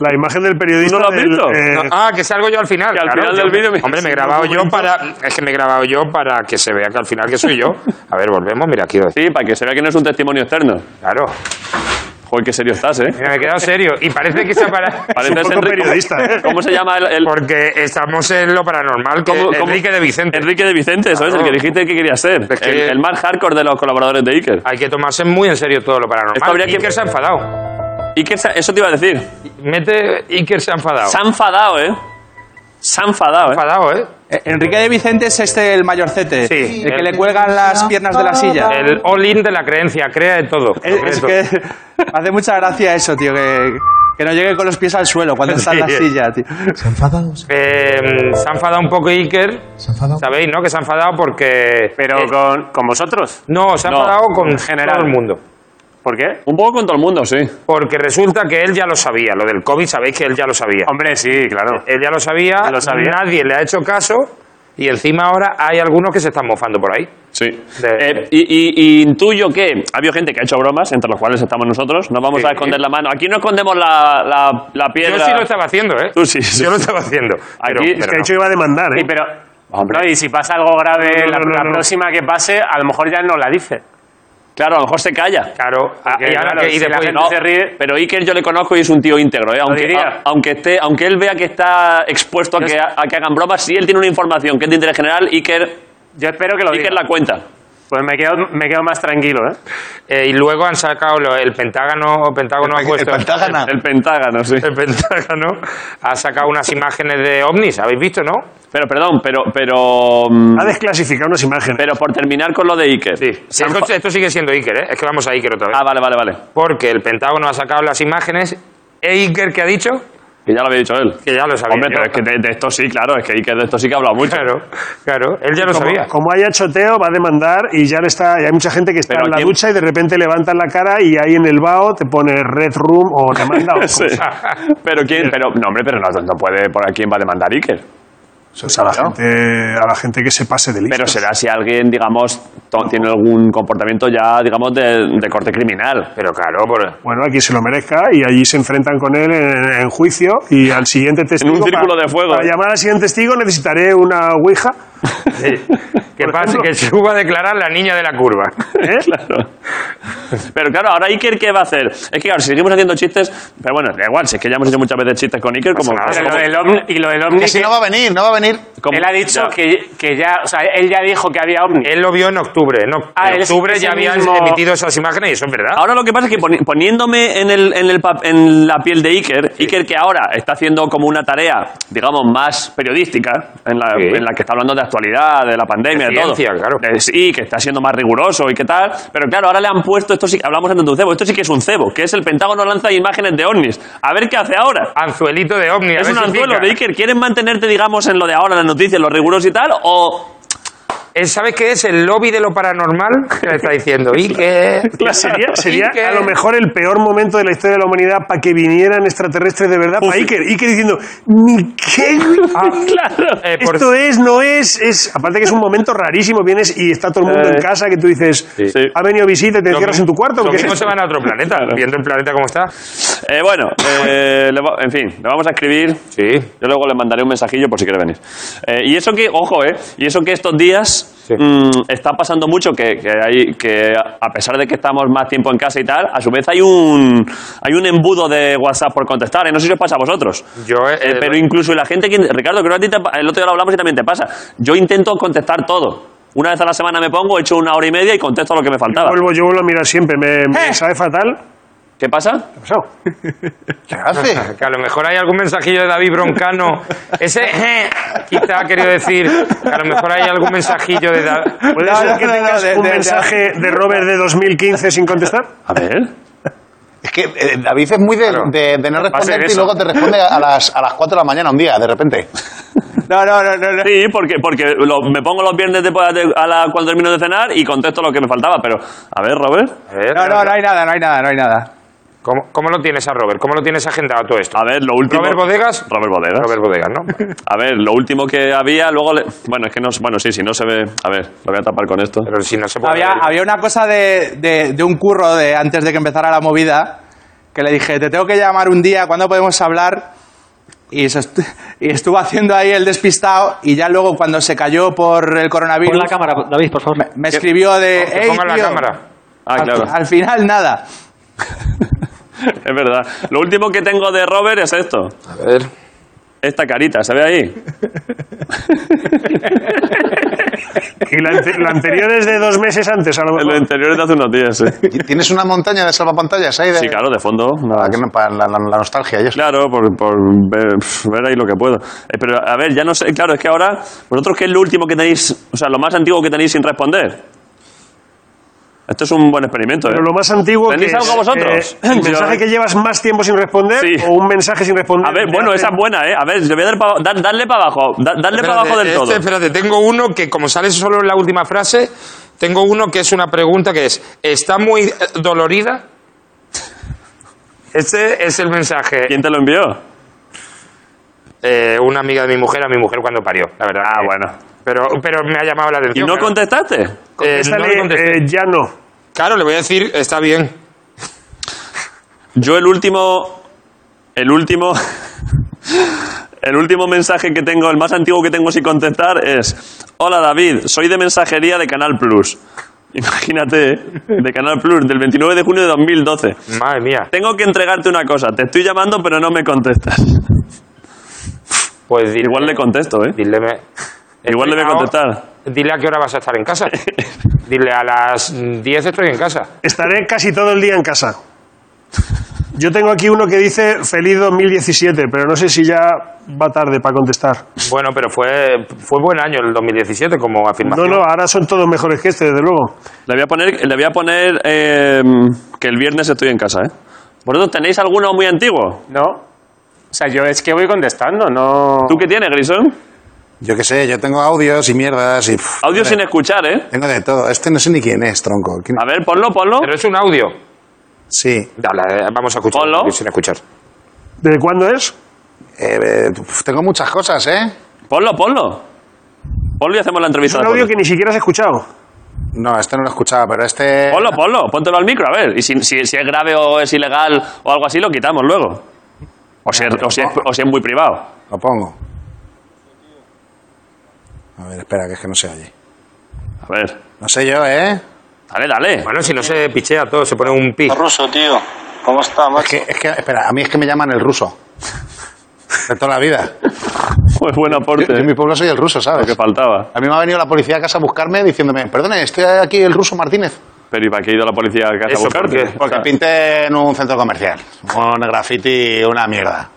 La imagen del periodista.
¿No lo has
del,
visto?
eh,
No, ah, que salgo yo al final.
Que al
claro,
final
yo-
del vídeo me-
Hombre, me he
sí,
grabado yo para. Es que me he grabado yo para que se vea que al final que soy yo. A ver, volvemos. Mira, aquí.
Sí, para que se vea que no es un testimonio externo.
Claro.
Joder, qué serio estás, ¿eh?
Mira, me he quedado serio. Y parece que se para.
Pareces
poco
Enrique-
periodista, ¿eh?
¿Cómo se llama el...? el-
Porque estamos en lo paranormal. Que
cómo- cómo-
Enrique de Vicente.
Enrique de Vicente, eso es el
Claro.
que dijiste que quería ser.
Es que-
El, el más hardcore de los colaboradores de Iker.
Hay que tomarse muy en serio todo lo
Esto
paranormal.
habría que-
Iker se ha enfadado.
Iker, se- eso te iba a decir.
Mete. Iker se ha enfadado.
Se
Se
ha enfadado, ¿eh? Se ha enfadado,
ha
¿eh?
enfadado, ¿eh?
Eh, Enrique de Vicente es este, el mayorcete.
Sí.
El que le cuelgan las piernas de la silla.
El all-in de la creencia. Crea de todo.
Es, es que me hace mucha gracia eso, tío, que, que no llegue con los pies al suelo cuando está en la
Sí.
silla, tío.
Se ha enfadado, se
Eh, se ha enfadado un poco Iker.
ha enfadado.
Sabéis, ¿no? Que se ha enfadado porque.
Pero
Eh,
con, con vosotros.
No, se ha
No,
enfadado con
general.
todo el mundo.
¿Por qué?
Un poco con todo el mundo, sí.
Porque resulta que él ya lo sabía. Lo del COVID, sabéis que él ya lo sabía. Eh,
Hombre, sí, claro.
Él ya lo sabía,
Lo sabía.
nadie le ha hecho caso y encima ahora hay algunos que se están mofando por ahí.
Sí.
De-
Eh, y, y- y intuyo que ha habido gente que ha hecho bromas, entre los cuales estamos nosotros. No vamos
Sí.
a esconder la mano. Aquí no escondemos la, la, la piedra.
Yo sí lo estaba haciendo, ¿eh?
Tú sí, sí.
Yo lo estaba haciendo. Pero,
Aquí-
es
pero
que de hecho iba a demandar, ¿eh?
Sí, pero.
Hombre.
No, y si pasa algo grave
No, no,
la,
no,
la
no, no.
próxima que pase, a lo mejor ya no la dice.
Claro, a lo mejor se calla.
no. claro,
Ah,
y ahora
claro,
que-
si
y
la
después-
gente
no,
se ríe.
Pero Iker yo le conozco y es un tío íntegro, ¿eh? aunque,
diría.
a- aunque, esté, aunque él vea que está expuesto a que, a que hagan bromas, si él tiene una información que es de interés general, Iker,
Yo espero que lo diga.
Iker la cuenta.
Pues me quedo, me quedo más tranquilo, ¿eh?
eh, y luego han sacado lo- el Pentágono, Pentágono ha
El
puesto.
Pentágana.
El Pentágono, sí.
Ah. el Pentágono ha sacado unas imágenes de ovnis, ¿habéis visto, no?
Pero, perdón, pero, pero, mm,
Ha desclasificado unas imágenes.
pero por terminar con lo de Iker. Se han
Esto,
fa-
esto sigue siendo Iker, ¿eh? Es que vamos a Iker otra vez.
Ah, vale, vale, vale.
Porque el Pentágono ha sacado las imágenes. ¿E Iker qué ha dicho?
Que ya lo había dicho él.
Que ya lo sabía.
Hombre,
yo.
pero es que de, de esto sí, claro, es que Iker de esto sí que ha hablado mucho.
Claro, claro. Él ya lo sabía.
Como haya choteo, va a demandar y ya le está. y hay mucha gente que está
Pero
en la
aquí-
ducha y de repente levantan la cara y ahí en el vaho te pone Red Room o demanda. o
Sí. Pero quién, pero no hombre, pero no, no puede por quién va a demandar Iker.
Pues a, la gente, a la gente que se pase de listo.
Pero será si alguien, digamos, to- tiene algún comportamiento ya, digamos, de, de corte criminal.
Pero claro, por...
Bueno, aquí se lo merezca y allí se enfrentan con él en, en juicio y al siguiente testigo.
un círculo
para-
de fuego.
Para llamar al siguiente testigo necesitaré una ouija.
que pase, que suba a declarar la niña de la curva.
¿Eh? Claro. Pero claro, ahora Iker, ¿qué va a hacer? Es que claro, si seguimos haciendo chistes, pero bueno, da igual, si es que ya hemos hecho muchas veces chistes con Iker, como,
Pasa nada,
Pero lo
como-
Pues del ovni- y lo del
Que
ovni.
si
que-
no va a venir, no va a venir.
¿Cómo?
Él ha dicho
Ya.
Que, que ya, o sea, él ya dijo que había ovnis.
Él lo vio en octubre. En oc-
Ah,
en
él es-
octubre
es
ya
el
habían
mismo-
emitido esas imágenes y eso es verdad.
Ahora lo que pasa es que poni- poniéndome en, el, en, el pap- en la piel de Iker, Iker que ahora está haciendo como una tarea, digamos, más periodística, en la,
Sí.
en la que está hablando de actualidad, de la pandemia,
De
de todo.
ciencia, claro.
De- sí, que está siendo más riguroso y que tal. Pero claro, ahora le han puesto, esto sí, hablamos antes de un cebo, esto sí que es un cebo, que es el Pentágono lanza imágenes de ovnis. A ver qué hace ahora.
Anzuelito de ovni. a
Es
ver
un
si
anzuelo
pica.
de Iker. ¿Quieren mantenerte, digamos, en lo de ahora, en las noticias, lo riguroso y tal? ¿O
Él Eh, sabe que es el lobby de lo paranormal que le está diciendo. Y eh, que.
Y Sería, sería
Iker.
a lo mejor el peor momento de la historia de la humanidad para que vinieran extraterrestres de verdad. Para Iker, Iker diciendo, ¿ni qué?
claro.
Eh, Ah, por-
Esto es, no es, es. Aparte que es un momento rarísimo, vienes y está todo el mundo en casa que tú dices, ha venido visita y te encierras en tu cuarto.
Eh. Lo
porque es
mismo se
esto?
van a otro planeta, viendo el planeta como está.
Eh, bueno, eh, le va- en fin, le vamos a escribir.
Sí.
Yo luego le mandaré un mensajillo por si quiere venir. Eh, y eso que, ojo, eh, y eso que estos días mm, está pasando mucho que, que hay que a pesar de que estamos más tiempo en casa y tal, a su vez hay un hay un embudo de WhatsApp por contestar. eh, No sé si os pasa a vosotros.
Yo, eh,
Eh, pero incluso la gente que Ricardo, creo que a ti te pa- el otro día lo hablamos y también te pasa. Yo intento contestar todo. Una vez a la semana me pongo, echo una hora y media y contesto lo que me faltaba.
Vuelvo, yo vuelvo a mirar siempre, me, me
Eh.
sabe fatal.
¿Qué pasa?
¿Qué hace?
Que a lo mejor hay algún mensajillo de David Broncano. Ese eh, quizá ha querido decir que a lo mejor hay algún mensajillo de David.
¿Puede
No,
ser
no,
que
no, no,
tengas
de-
un
de- de-
mensaje de Robert de 2015 sin contestar?
A ver.
Es que eh, David es muy de, de- de no responderte y luego te responde a las, a las 4 de la mañana un día, de repente.
No, no, no, no. no.
Sí, porque, porque lo- me pongo los viernes después de- a la, cuando termino de cenar y contesto lo que me faltaba, pero a ver, Robert,
No, no, no hay nada, no hay nada, no hay nada.
Eh, ¿Cómo, cómo lo tienes a Robert? ¿Cómo lo tienes agendado todo esto?
a ver, lo último...
¿Robert Bodegas?
Robert Bodegas.
Robert Bodegas, ¿no?
A ver, lo último que había, luego... le- bueno, es que no... Bueno, sí, si no se ve... A ver, lo voy a tapar con esto.
Pero si no se puede.
Había,
ver.
había una cosa de, de- de un curro de antes de que empezara la movida que le dije, te tengo que llamar un día, ¿cuándo podemos hablar? Y, se estu- y estuvo haciendo ahí el despistado y ya luego cuando se cayó por el
Pon
coronavirus
la cámara, David, por favor.
me, me escribió de...
Que
"Ey,
pongan la
tío,
cámara.
Ah,
al-
claro,
al final nada.
es verdad. Lo último que tengo de Robert es esto.
A ver.
Esta carita, ¿se ve ahí?
Y la, ante- la anterior es de dos meses antes, a lo
El
mejor.
anterior es de hace unos días, sí.
Y Tienes una montaña de salvapantallas ahí. De,
Sí, claro, de fondo.
Para, que no- para la, la- la nostalgia y eso.
Claro, por, por ver, pf, ver ahí lo que puedo. Eh, pero a ver, ya no sé, claro, es que ahora, vosotros qué es lo último que tenéis, o sea, lo más antiguo que tenéis sin responder. Esto es un buen experimento, ¿eh?
Pero lo más antiguo que
¿Tenéis
es,
algo vosotros?
eh,
Yo-
¿Un mensaje que llevas más tiempo sin responder
Sí.
o un mensaje sin responder?
A ver,
de
bueno,
hace-
esa es buena, ¿eh? A ver, le voy a dar pa- da- darle para abajo, da- darle para abajo del
este,
todo.
Espérate, tengo uno que como sale solo en la última frase, tengo uno que es una pregunta que es, ¿está muy eh, dolorida? Este es el mensaje.
¿Quién te lo envió?
Eh, una amiga de mi mujer, a mi mujer cuando parió, la verdad. Ah, bueno. Pero, pero me ha llamado la
¿Y
atención.
no
claro.
contestaste?
Eh, no
Contéstale,
le contesté.
eh, ya no.
Claro, le voy a decir, está bien.
Yo el último. El último. El último mensaje que tengo, el más antiguo que tengo sin contestar es: Hola David, soy de mensajería de Canal Plus. Imagínate, ¿eh? de Canal Plus, del 29 de junio de 2012.
Madre mía.
Tengo que entregarte una cosa, te estoy llamando pero no me contestas.
Pues dile,
Igual le contesto, ¿eh?
dile me-
Igual le voy a
Ahora-
contestar.
Dile a qué hora vas a estar en casa. Dile a las 10 estoy en casa.
Estaré casi todo el día en casa. Yo tengo aquí uno que dice feliz 2017, pero no sé si ya va tarde para contestar.
Bueno, pero fue, fue buen año el 2017 como
No,
afirmación.
no, ahora son todos mejores que este, desde luego.
Le voy a poner, le voy a poner eh, que el viernes estoy en casa, ¿eh? ¿Vosotros tenéis alguno muy antiguo?
No. O sea, yo es que voy contestando, no.
¿Tú qué tienes, Grison?
Yo qué sé, yo tengo audios y mierdas y. pff,
Audio sin escuchar, ¿eh?
Tengo de todo. Este no sé ni quién es, tronco. ¿Quién-
A ver, ponlo, ponlo.
Pero es un audio.
Sí.
Dale, eh, vamos a escuchar.
Ponlo.
Sin escuchar.
¿Desde cuándo es?
Eh, eh, pf, tengo muchas cosas, ¿eh?
Ponlo, ponlo. Ponlo y hacemos la
Es
entrevista.
un
después.
audio que ni siquiera has escuchado.
No, este no lo escuchaba, pero este.
Ponlo, ponlo, póntelo al micro, a ver. Y si, si- si es grave o es ilegal o algo así, lo quitamos luego. O si es, o si es- o si es muy privado.
Lo pongo. A ver, espera, que es que no se oye.
A ver.
No sé yo, ¿eh?
Dale, dale.
Bueno, si no se pichea todo, se pone un pi.
Ruso, tío. ¿Cómo está,
Es que, es que, espera, a mí es que me llaman el ruso. De toda la vida.
Muy buen aporte.
Yo en mi pueblo soy el ruso,
Lo
¿sabes?
que faltaba.
A mí me ha venido la policía a casa a buscarme diciéndome, perdone, estoy aquí el ruso Martínez.
Pero ¿y para qué ha ido la policía a casa a
Eso, ¿por
buscarte?
qué?
Porque
O sea,
pinté en un centro comercial. Un graffiti, una mierda.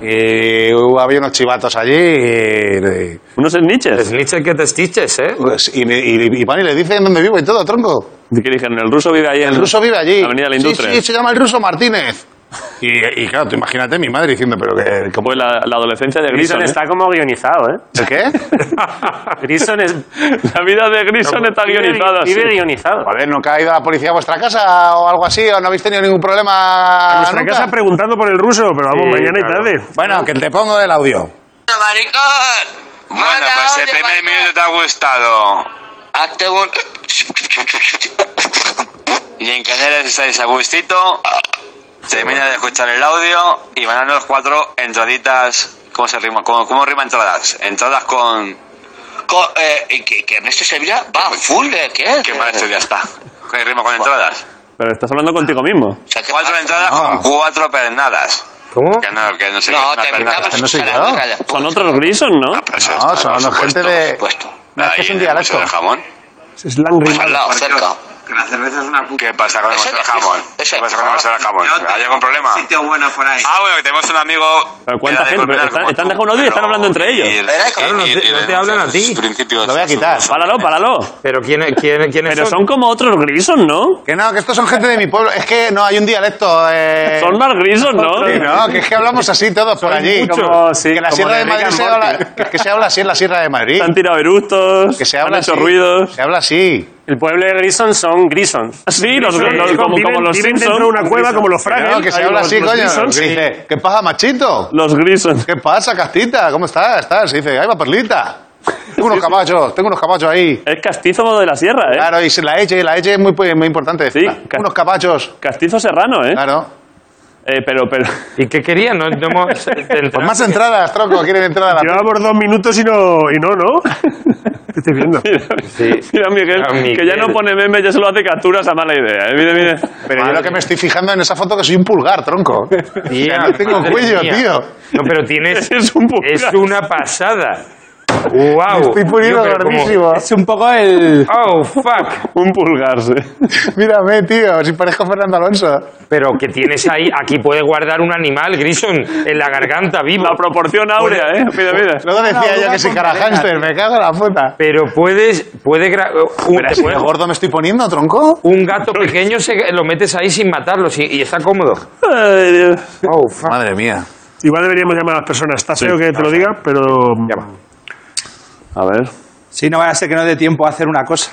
Y hubo- había unos chivatos allí y,
unos snitches.
Snitches que te estiches, ¿eh?
pues, y, y- y van y le dicen dónde vivo y todo, tronco.
¿Qué dijeron? El ruso vive ahí. en-
El ruso vive allí.
Avenida de la
Sí,
Industria.
Sí, se llama el ruso Martínez. Y, y claro, tú imagínate mi madre diciendo, pero que... que-
Como Pues la, la adolescencia de Grison.
Grison
¿eh?
está como guionizado, ¿eh?
¿El qué?
Grison es...
La vida de Grison está
vive-
guionizada. sí.
Vive guionizado.
Joder, ¿nunca ha ido la policía a vuestra casa o algo así? ¿O no habéis tenido ningún problema
A nuestra
Ah, nunca?
casa preguntando por el ruso, pero vamos,
Sí,
mañana
claro.
y tarde.
Bueno, que te pongo el audio.
Bueno, pues el primer minuto te ha gustado. Hazte un... Y en Canarias estáis a gustito. Termina de escuchar el audio y van a los cuatro entraditas. ¿Cómo se rima? ¿Cómo, cómo rima entradas? Entradas con. con eh, y que, que Ernesto Sevilla va full de qué? Qué mal estudio está. ¿Qué rima con entradas?
Pero estás hablando contigo mismo.
cuatro entradas con cuatro pernadas.
¿Cómo?
Que no, que no sé qué es una pernada.
no soy yo.
Son otros Grison, ¿no?
Eso
No,
está,
son los
por supuesto,
gente de-
por supuesto.
No, es que es
Ahí
un
en el
dialecto.
Museo del jamón.
Es slang
Pues al lado, cerca.
la cerveza es una puta.
¿Qué pasa con el
Ese
Museo del
es-
jamón?
ese
¿Qué
es-
pasa con el Museo del jamón?
Idiota.
¿Hay algún problema?
Sitio bueno por ahí.
Ah, bueno, que tenemos un amigo...
Pero
que
¿cuánta
era de
gente?
Colmenar,
Están-
como
están
tú,
dejando un audio y están
pero-
hablando entre ellos.
y-
Claro,
y-
no te-
y-
no
y-
te hablan a ti.
sus principios-
Lo voy a quitar.
Pálalo, pálalo.
¿Pero quién, quién, quiénes
Pero
son?
son como otros Grison, ¿no?
Que no, que estos son gente de mi pueblo. Es que no, hay un dialecto. Eh...
Son más Grison, ¿no?
Sí, no, que es que hablamos así todos por allí.
muchos.
Como,
Sí,
que la
como
Sierra
de
de
Rick
Madrid
and
se
Morty.
habla, que es que se habla así en la Sierra de Madrid.
Se han tirado eructos,
Que se
han
habla
hecho
así.
ruidos.
Se habla así.
El pueblo de Grison son Grison.
Sí, los,
Viven-
los- como,
viven-
como los
viven
Simpsons.
dentro de una cueva como los
Que
Fraggles.
no, que se
ahí
habla
los-
así,
los
coño.
Simpsons.
Que dice, ¿qué pasa, machito?
Los Grison.
¿Qué pasa, Castita? ¿Cómo estás? ¿Estás? Y dice, ahí va Perlita. Tengo unos caballos, tengo unos caballos ahí.
Es castizo de la sierra, ¿eh?
Claro, y la Eche, la Eche es muy, muy importante.
Sí,
decirla.
ca-
unos caballos.
Castizo serrano, ¿eh?
Claro.
Eh, pero, pero...
¿Y qué querían? No, no hemos...
Pues más entradas, tronco, quieren entrar a la...
Llevamos dos minutos y no, y no, ¿no? ¿Qué estoy viendo?
Mira, mira, Miguel,
Ah, Miguel.
que ya no pone memes, ya solo hace capturas a mala idea. ¿eh? Mire, mire.
Pero yo lo que me estoy fijando en esa foto que soy un pulgar, tronco.
Tía,
no tengo
madre
cuello,
mía.
tío.
No, pero tienes...
Es un pulgar.
Es una pasada. ¡Wow!
Me estoy poniendo gordísimo.
Es un poco el.
¡Oh, fuck!
Un pulgarse.
Mírame, tío, si parezco Fernando Alonso.
Pero que tienes ahí... Aquí puede guardar un animal, Grison, en la garganta, vivo.
La proporción áurea, ¿eh?
Pues,
Mira, mira.
Luego decía yo que si cara hámster, me cago en la puta.
Pero puedes... Puede gra- un,
Pero
te
si
puede-
de gordo me estoy poniendo, tronco.
un gato pequeño se- lo metes ahí sin matarlo sí, y está cómodo.
Ay, Dios.
¡Oh, fuck!
Madre mía.
Igual deberíamos llamar a las personas. Está feo que te lo diga, pero...
A ver.
Sí, no vaya a ser que no dé tiempo a hacer una cosa.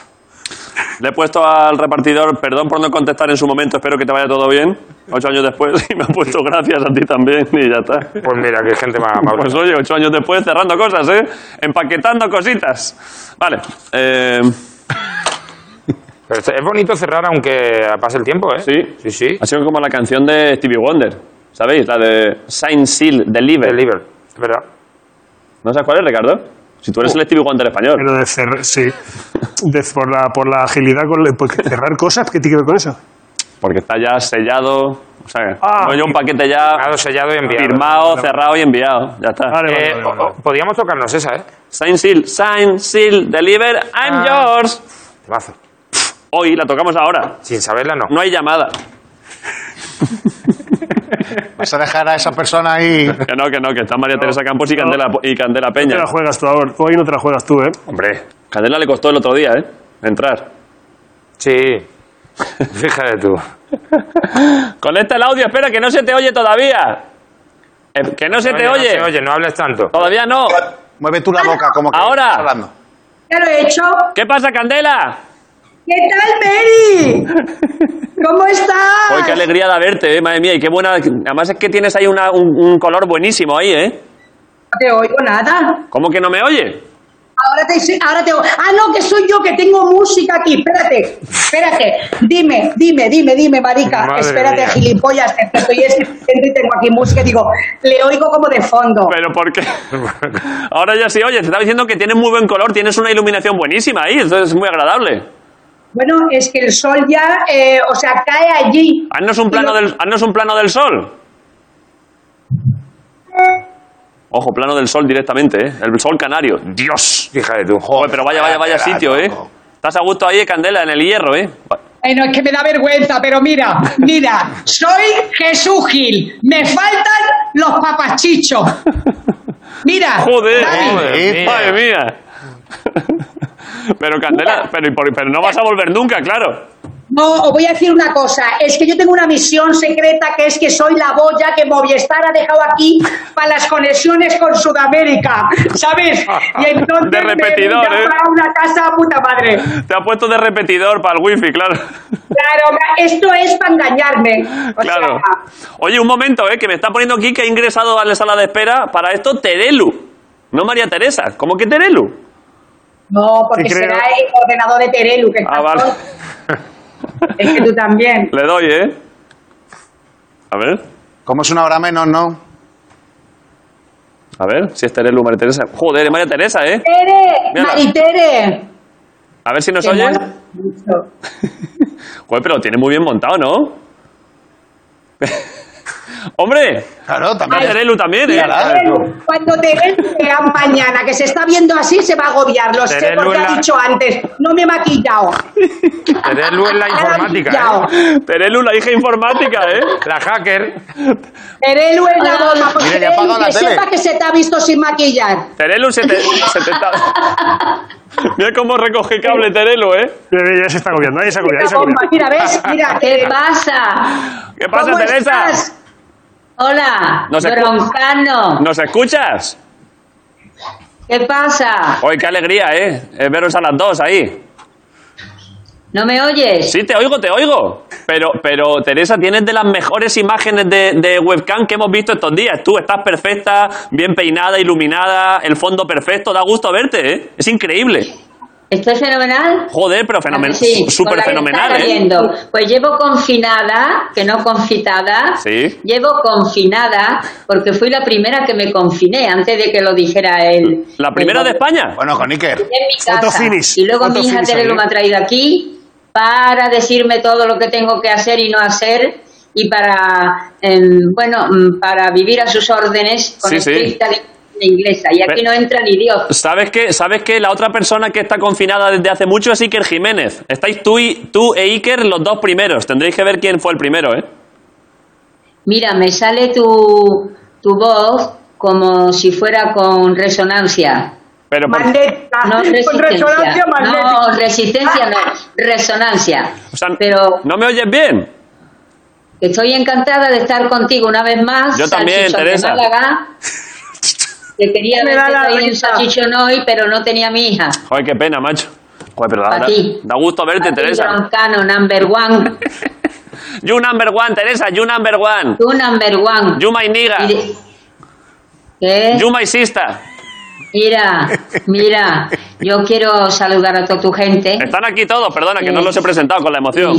Le he puesto al repartidor, perdón por no contestar en su momento, espero que te vaya todo bien. Ocho años después, y me ha puesto gracias a ti también, y ya está.
Pues mira, qué gente más amable.
Pues oye, ocho años después, cerrando cosas, ¿eh? Empaquetando cositas. Vale. Eh,
Pero es bonito cerrar aunque pase el tiempo, ¿eh?
sí.
Sí, sí.
Ha sido como la canción de Stevie Wonder, ¿sabéis? La de Sign Seal, Deliver.
Deliver, es verdad.
¿No sabes cuál es, Ricardo? Si tú eres
Uh.
el Stevie Wonder español.
Pero de cerrar, sí. De- por, la, por la agilidad, con la- porque cerrar cosas, ¿qué tiene que ver con eso?
Porque está ya sellado. O sea,
Ah,
rollo un paquete ya
Firmado, sellado y enviado.
firmado, cerrado y enviado. Ya está.
Vale, vale,
Eh,
vale,
o-
vale.
o- podíamos tocarnos esa, ¿eh?
Sign, seal, sign, seal, deliver, I'm
Ah.
yours.
Mazo.
Hoy la tocamos ahora.
Sin saberla, no.
No hay llamada.
Vas a dejar a esa persona ahí.
Que no, que no, que está María Teresa Campos y, Candela, y Candela
No te
Peña.
la juegas tú ahora. Hoy no te la juegas tú, ¿eh?
Hombre, Candela le costó el otro día, ¿eh? Entrar.
Sí. Fíjate tú.
Conecta el audio, espera, que no se te oye todavía. Eh, que no se te oye.
No oye, no hables tanto.
Todavía no.
Mueve tú la boca, como que
Ahora.
estás hablando.
Ya lo he hecho.
¿Qué pasa, Candela?
¿Qué tal, Mary? ¿Cómo estás?
Hoy Pues qué alegría de verte, ¿eh? madre mía, y qué buena. Además es que tienes ahí una- un, un color buenísimo ahí, ¿eh?
No te oigo nada.
¿Cómo que no me oye?
Ahora te, ahora te oigo. Ah, no, que soy yo que tengo música aquí. Espérate, espérate. Dime, dime, dime, dime, marica.
Madre
espérate,
mía.
gilipollas. Que estoy escribiendo y tengo aquí música. y Digo, le oigo como de fondo.
Pero ¿por qué? Ahora ya sí, oye, te estaba diciendo que tienes muy buen color, tienes una iluminación buenísima ahí, entonces es muy agradable.
Bueno, es que el sol ya, eh, o sea, cae allí.
Haznos un plano del, haznos un plano del sol. Ojo, plano del sol directamente, ¿eh? El sol canario. ¡Dios!
Fíjate tú.
Joder, pero vaya, vaya, vaya sitio, ¿eh? Estás a gusto ahí, Candela, en el hierro, ¿eh? Va-
Ay, no, es que me da vergüenza, pero mira, mira, soy Jesús Gil. Me faltan los papachichos. Mira,
¡Joder!
David,
¡Madre madre mía! Pero Candela, pero, y por- pero no vas a volver nunca, claro.
no, os voy a decir una cosa. Es que yo tengo una misión secreta que es que soy la boya que Movistar ha dejado aquí para las conexiones con Sudamérica, ¿sabes? Y entonces
De
me
repetidor,
voy a
¿eh?
para una casa a puta madre.
Te ha puesto de repetidor para el wifi, claro.
Claro, esto es para engañarme. O
Claro.
sea,
Oye, un momento, ¿eh? Que me está poniendo aquí que ha ingresado a la sala de espera para esto Terelu. No María Teresa. ¿Cómo que Terelu?
No, porque
Que creo-
será el ordenador de Terelu, que
Ah,
está
vale.
Es que tú también.
Le doy, ¿eh? A ver,
Como es una hora menos, no?
a ver, si es Terelu María Teresa. Joder, es María Teresa, ¿eh?
Tere,
Mírala.
Maritere.
A ver si nos
Te
oyes.
mola mucho.
Joder, pero lo tiene muy bien montado, ¿no? ¡Hombre!
Claro,
María Terelu también, ¿eh?
Mira, Terelu, Cuando Terelu vea mañana que se está viendo así, se va a agobiar. Lo sé
Terelu
porque
es
ha
la-
dicho antes. No me he maquillado.
Terelu es la informática.
Ahora
¿eh?
Terelu, la hija informática, ¿eh?
La hacker.
Terelu es la bomba. Pues
Mira, ya
Terelu,
apaga la
que
tele.
sepa que se te ha visto sin maquillar.
Terelu se te, se te está... Mira cómo recoge cable Terelu, ¿eh?
Mira, Ya se está agobiando, ahí se agobia, ahí se
Una
agobia.
bomba. Mira, ¿ves? Mira, ¿qué pasa?
¿Qué pasa, Teresa?
Hola,
Nos escu-
broncano.
¿Nos escuchas?
¿Qué pasa?
Hoy qué alegría, ¿eh? Es veros a las dos ahí.
¿No me oyes?
Sí, te oigo, te oigo. Pero, pero Teresa, tienes de las mejores imágenes de, de webcam que hemos visto estos días. Tú estás perfecta, bien peinada, iluminada, el fondo perfecto. Da gusto verte, ¿eh? Es increíble.
Estoy fenomenal.
Joder, pero fenomenal.
Ah, Sí, con
Súper
la que
fenomenal,
está
¿eh?
cayendo. Pues llevo confinada, que no confitada.
Sí.
Llevo confinada porque fui la primera que me confiné antes de que lo dijera él.
La primera de
Pero
España.
Bueno, con Iker.
En mi
Foto
casa.
finish,
Y luego
foto
mi hija
finish
Tere
ahí,
lo
¿eh?
me ha traído aquí para decirme todo lo que tengo que hacer y no hacer y para, em, bueno, mm, para vivir a sus órdenes con
Sí, sí.
estricta disciplina inglesa. Y aquí
Pe-
no entra ni Dios.
¿Sabes qué? ¿Sabes qué? La otra persona que está confinada desde hace mucho es Iker Jiménez. Estáis tú, y, tú e Iker los dos primeros. Tendréis que ver quién fue el primero, ¿eh?
Mira, me sale tu, tu voz como si fuera con resonancia.
Pero por-
Magnética. No, resistencia. No, resistencia no, resonancia.
o sea,
Pero
¿No me oyes bien?
estoy encantada de estar contigo una vez más.
Yo también,
Salchichón de
Teresa.
Málaga. Que quería
Me
haberte
da la
traído un
risa.
salchichón hoy, pero no tenía a mi hija.
Joder, qué pena, macho. Joder, pero da,
Pa'
da-
ti.
da gusto verte,
Un
Teresa.
broncano number one.
You number one, Teresa, you number one.
Tú number one.
You my nigga.
Y de- ¿Qué?
You my sister.
Mira, mira, yo quiero saludar a toda tu gente.
Están aquí todos, perdona que no los he presentado con la emoción.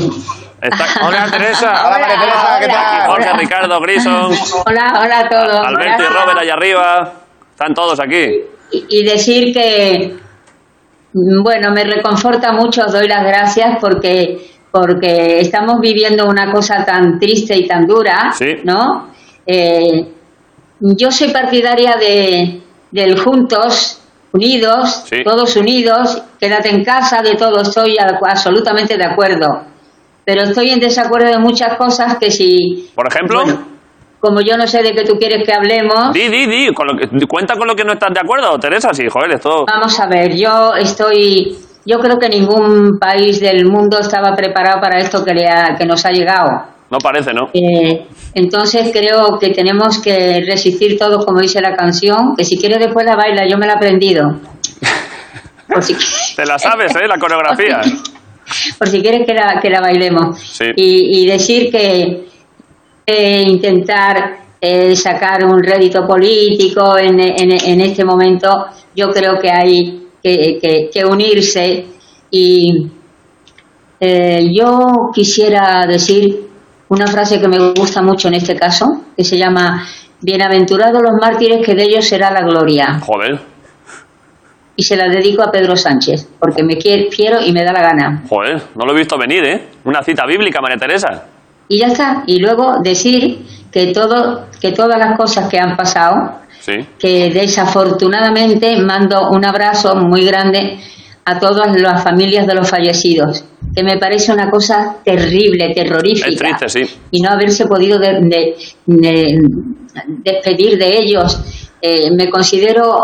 Está
Hola, Teresa.
Hola, María Teresa, ¿qué tal?
Jorge, Ricardo, Grison,
Hola, hola a todos.
Alberto y
Hola.
Robert allá arriba. Están todos aquí.
Y, y decir que, mm, bueno, me reconforta mucho, os doy las gracias porque, porque estamos viviendo una cosa tan triste y tan dura,
Sí.
¿no? Eh, yo soy partidaria de, del juntos, unidos,
Sí.
todos unidos, quédate en casa, de todo estoy a- absolutamente de acuerdo. Pero estoy en desacuerdo de muchas cosas que si,
Por ejemplo,
Bueno. como yo no sé de qué tú quieres que hablemos,
di, di, di, con lo que- cuenta con lo que no estás de acuerdo, Teresa. Sí, joder, esto.
Vamos a ver, yo estoy, yo creo que ningún país del mundo estaba preparado para esto que, le ha- que nos ha llegado.
No parece, ¿no?
Eh, entonces creo que tenemos que resistir todos, como dice la canción, que si quieres después la baila, yo me la he aprendido. Por si,
Te la sabes, ¿eh? La coreografía.
por si quieres que la, que la bailemos.
Sí.
Y, y decir que eh, intentar eh, sacar un rédito político en, en- en este momento, yo creo que hay que, que- que unirse. Y eh, yo quisiera decir una frase que me gusta mucho en este caso, que se llama, Bienaventurados los mártires, que de ellos será la gloria.
Joder,
Y se la dedico a Pedro Sánchez, porque me quie- quiero y me da la gana.
joder, no lo he visto venir, ¿eh? Una cita bíblica, María Teresa.
y ya está. Y luego decir que todo, que todas las cosas que han pasado
Sí.
que desafortunadamente mando un abrazo muy grande a todas las familias de los fallecidos, que me parece una cosa terrible, terrorífica.
Es triste, sí.
Y no haberse podido de- de- de- despedir de ellos. Eh, me considero,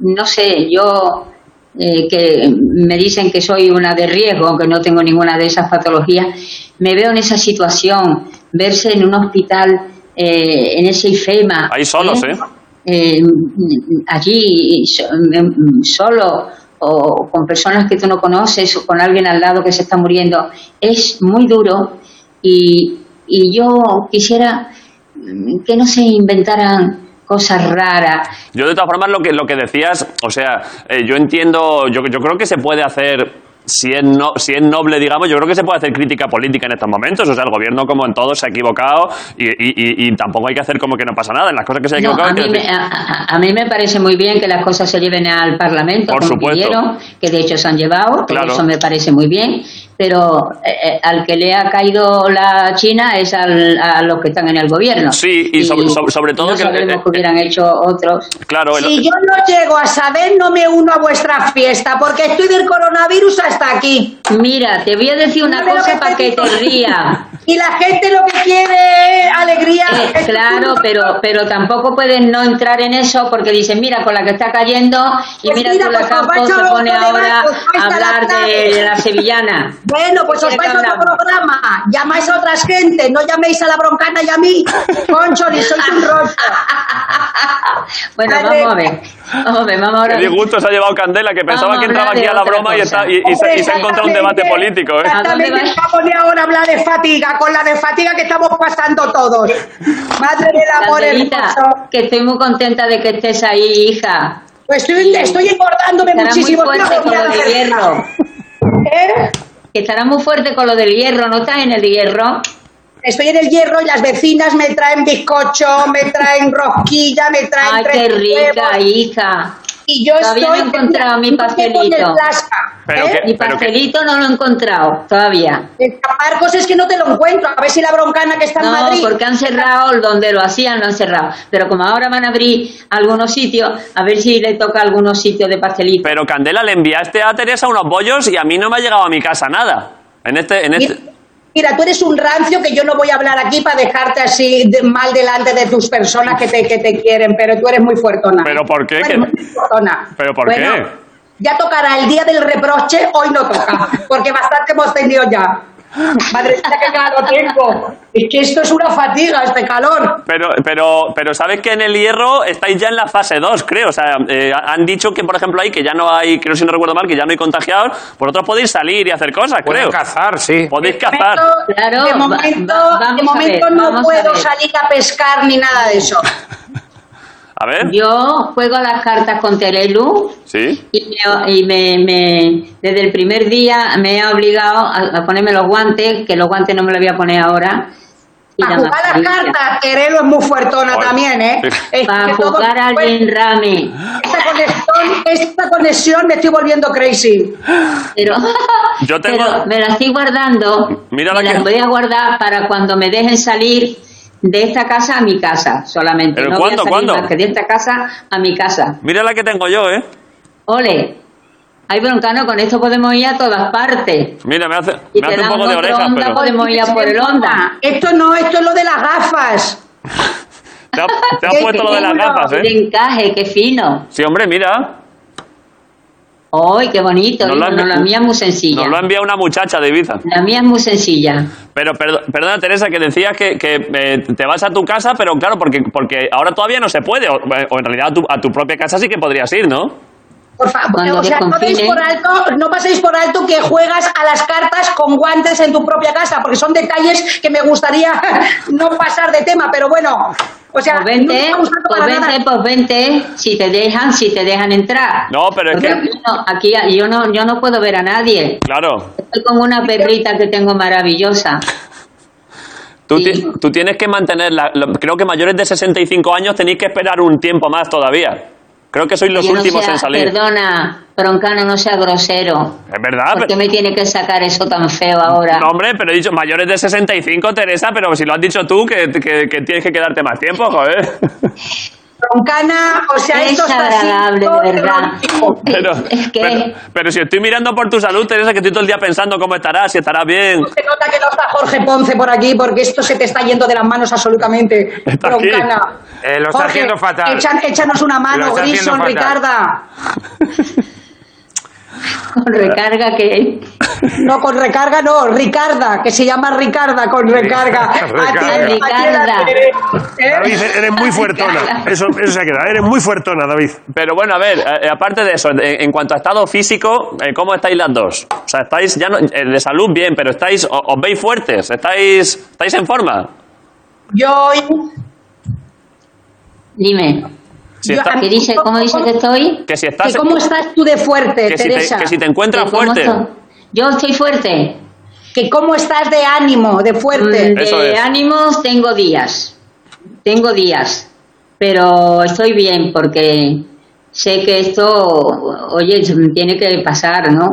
no sé, yo eh, que me dicen que soy una de riesgo, aunque no tengo ninguna de esas patologías, me veo en esa situación, verse en un hospital, eh, en ese IFEMA.
Ahí solos,
¿eh?
¿eh?
eh, allí so- em, solo o con personas que tú no conoces o con alguien al lado que se está muriendo es muy duro y, y yo quisiera mm, que no se inventaran cosas raras
Yo de todas formas lo que, lo que decías, o sea, eh, yo entiendo, yo, yo creo que se puede hacer, si es, no, si es noble, digamos, yo creo que se puede hacer crítica política en estos momentos, o sea, el gobierno como en todo se ha equivocado y, y- y- y tampoco hay que hacer como que no pasa nada, en las cosas que se ha
No, a,
equivocado hay que
mí me,
decir-
a- a- a mí me parece muy bien que las cosas se lleven al Parlamento,
Por
como
supuesto.
pidieron, que de hecho se han llevado, por
Claro.
eso me parece muy bien, pero eh, eh, al que le ha caído la China es al- a los que están en el gobierno.
Sí, y sobre- sobre- sobre todo
no
que-
sabemos
eh,
que hubieran hecho otros.
Claro, el-
Si yo no llego a saber, no me uno a vuestra fiesta, porque estoy del coronavirus hasta aquí.
Mira, te voy a decir una
Mira lo
cosa
que
para que
digo.
te rías.
Y la gente lo que quiere es alegría.
Eh,
Esto
claro,
es un-
pero pero tampoco pueden no entrar en eso porque dicen, mira, con la que está cayendo y
Pues
mira,
mira,
tú la
pues nos
campo
vais a
se
los
pone ahora
problemas, pues vais
a
a
hablar
la
de,
clave.
la sevillana.
Bueno, pues os vais a otro programa. Llamáis a otras gente, no llaméis a la broncana y a mí. Concho, ni sois un rollo.
Bueno,
Vale.
vamos a ver. Vamos a ver, vamos ahora.
Qué disgusto se ha llevado Candela, que pensaba
Vamos
que
a
entraba
hablar
aquí
de
a la
otra
broma y,
cosa.
está- y- y se, y se ha encontrado un debate
Exactamente,
político. ¿eh?
Exactamente,
¿A dónde vais?
va a poner ahora a hablar de fatiga, con la de fatiga que estamos pasando todos. Madre del amor
Candelita,
hermoso.
que estoy muy contenta de que estés ahí, hija.
Pues estoy, estoy engordándome
Estará muy
muchísimo.
fuerte
Estoy
con lo
agobiada,
del hierro.
¿eh?
Que estará muy fuerte con lo del hierro, ¿no estás en el hierro?
Estoy en el hierro y las vecinas me traen bizcocho, me traen rosquilla, me traen
Ay,
tres
qué rica,
huevos.
hija.
Y yo
Todavía no
estoy
he encontrado mi
Con el
pastelito.
plasma,
Pero
¿eh?
que-
Mi
pero que-
pastelito no lo he encontrado todavía.
Eh, Marcos, es que no te lo encuentro. A ver si la broncana que está en
No,
Madrid.
porque han cerrado donde lo hacían, lo han cerrado. Pero como ahora van a abrir algunos sitios, a ver si le toca algunos sitios de pastelito.
Pero Candela, le enviaste a Teresa unos bollos y a mí no me ha llegado a mi casa nada. En este, en este...
Mira, mira, tú eres un rancio que yo no voy a hablar aquí para dejarte así de- mal delante de tus personas que te, que te quieren, pero tú eres muy fuertona.
¿Pero por qué?
Tú
¿Qué-
eres muy fuertona.
¿Pero por
Bueno,
qué?
Ya tocará el día del reproche, hoy no toca, porque bastante hemos tenido ya. Madre mía, qué calor tengo. Es que esto es una fatiga, este calor.
Pero, pero, pero sabes que en el hierro estáis ya en la fase 2, creo. O sea, eh, han dicho que, por ejemplo, ahí que ya no hay, creo si no recuerdo mal, que ya no hay contagiados. Vosotros podéis salir y hacer cosas,
Pueden
creo.
cazar, sí.
Podéis cazar.
momento-
Claro,
de
va-
momento,
va- vamos
de
a
momento
ver,
no
vamos a
puedo
ver.
salir a pescar ni nada de eso.
A ver.
Yo juego a las cartas con Terelu
Sí.
y, me, y me- me- desde el primer día me ha obligado a, a ponerme los guantes, que los guantes no me los voy a poner ahora. y
Para
la
jugar a las
mascarilla.
cartas, Querelo es muy fuertona
Joder.
también, ¿eh? Es que
Para
todo-
jugar al Rame.
Esta conexión, esta conexión me estoy volviendo crazy.
Pero,
Yo tengo-
pero me la estoy guardando.
Mira la
me
que-
las voy a guardar para cuando me dejen salir de esta casa a mi casa solamente.
¿Pero
no
cuándo,
voy a salir
cuándo?
más que de esta casa a mi casa.
Mira la que tengo yo, ¿eh?
Ole, hay broncano, con esto podemos ir a todas partes.
Mira, me hace,
Y
me
te
hace un
dan
poco de
otro
orejas,
onda
pero...
por- Podemos ir a por el onda.
Esto no, esto es lo de las gafas.
Te ha, te ha puesto lo de las
chulo,
gafas,
qué
¿eh?
encaje, qué fino.
Sí, hombre, mira.
¡Ay, qué bonito!
Nos
hijo,
lo han-
no, la mía es muy sencilla.
Nos lo ha enviado una muchacha de Ibiza.
La mía es muy sencilla.
Pero perdo- perdona, Teresa, que decías que, que, eh, te vas a tu casa, pero claro, porque, porque ahora todavía no se puede. O, o en realidad a tu, a tu propia casa sí que podrías ir, ¿no?
Por favor,
Cuando
o sea, no,
desconfine.
deis por alto, no paséis por alto que juegas a las cartas con guantes en tu propia casa, porque son detalles que me gustaría no pasar de tema, pero bueno, o sea,
Pues vente,
no me está gustando
pues
para nada.
vente, pues vente, si te dejan, si te dejan entrar.
No, pero es
Porque
que-
aquí, no- aquí yo no, yo no puedo ver a nadie.
Claro.
Estoy con una perrita que tengo maravillosa.
Tú,
Sí.
ti- tú tienes que mantener, la, la- creo que mayores de 65 años tenéis que esperar un tiempo más todavía. Creo que sois los
Que no
últimos
sea-
en salir.
Perdona, Broncano, no sea grosero.
Es verdad,
¿Por qué
pero-
me tiene que sacar eso tan feo ahora?
no, hombre, pero he dicho mayores de 65, Teresa, pero si lo has dicho tú, que, que- que tienes que quedarte más tiempo, joder.
Roncana, o sea,
Qué
esto está así,
desagradable,
todo
de verdad.
roncando.
Pero,
Es que-
pero- pero si estoy mirando por tu salud, Teresa, que estoy todo el día pensando cómo estarás, si estarás bien.
Se nota que no está Jorge Ponce por aquí porque esto se te está yendo de las manos absolutamente.
Está aquí.
Roncana.
Eh, lo está
Jorge,
haciendo fatal.
echan- échanos una
Lo
mano,
está haciendo
Grison,
fatal.
Ricarda.
Con recarga que
No, con recarga no, Ricarda, que se llama Ricarda con recarga.
Recarga.
Atiende,
Ricarda.
atiende,
David,
¿eh?
eres muy fuertona. Eso, eso se ha quedado. Eres muy fuertona, David.
Pero bueno, a ver, eh, aparte de eso, en, en cuanto a estado físico, eh, ¿cómo estáis las dos? O sea, estáis ya no- eh, de salud bien, pero estáis, o- os veis fuertes, estáis, estáis en forma.
Yo hoy...
Dime,
Si
Yo-
está-
a mí-
¿qué dice, ¿cómo dice que estoy?
que si
que
estás,
¿Cómo estás tú de fuerte,
que si te,
Teresa?
que si te encuentras
¿Que cómo
fuerte.
estoy? Yo estoy fuerte.
que cómo estás de ánimo, de fuerte.
Mm,
Eso
de
es.
ánimos tengo días, tengo días, pero estoy bien porque sé que esto, oye, tiene que pasar, ¿no?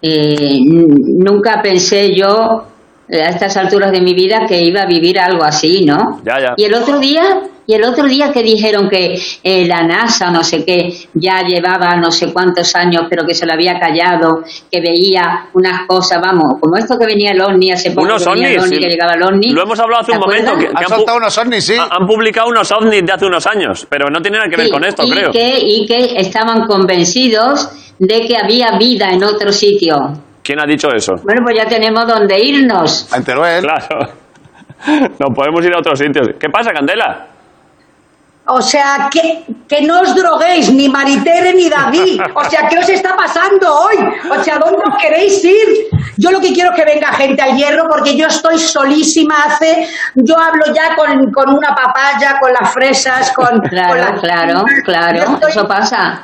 Eh, n- nunca pensé yo eh, a estas alturas de mi vida que iba a vivir algo así, ¿no?
Ya, ya.
Y el otro día, y el otro día que dijeron que eh, la NASA, no sé qué, ya llevaba no sé cuántos años, pero que se lo había callado, que veía unas cosas, vamos, como esto que venía el OVNI hace poco,
Unos
que venía el
ovnis.
OVNI,
sí.
que llegaba el OVNI.
Lo hemos hablado hace
¿Te
un momento.
acuerdas?
Que, que
Han
han, pu-
soltado unos ovnis, sí.
Ah,
ha- han publicado unos ovnis de hace unos años, pero no tiene nada que ver
Sí,
con esto,
y
creo.
Que, y que estaban convencidos de que había vida en otro sitio.
¿Quién ha dicho eso?
Bueno, pues ya tenemos donde irnos.
A Teruel.
Claro. Nos podemos ir a otros sitios. ¿Qué pasa, Candela?
O sea, que, que no os droguéis, ni Maritere ni David. O sea, ¿qué os está pasando hoy? O sea, ¿dónde os queréis ir? Yo lo que quiero es que venga gente al hierro porque yo estoy solísima hace... Yo hablo ya con, con una papaya, con las fresas, con... con
Claro,
las-
claro,
Yo
claro.
estoy-
Eso pasa.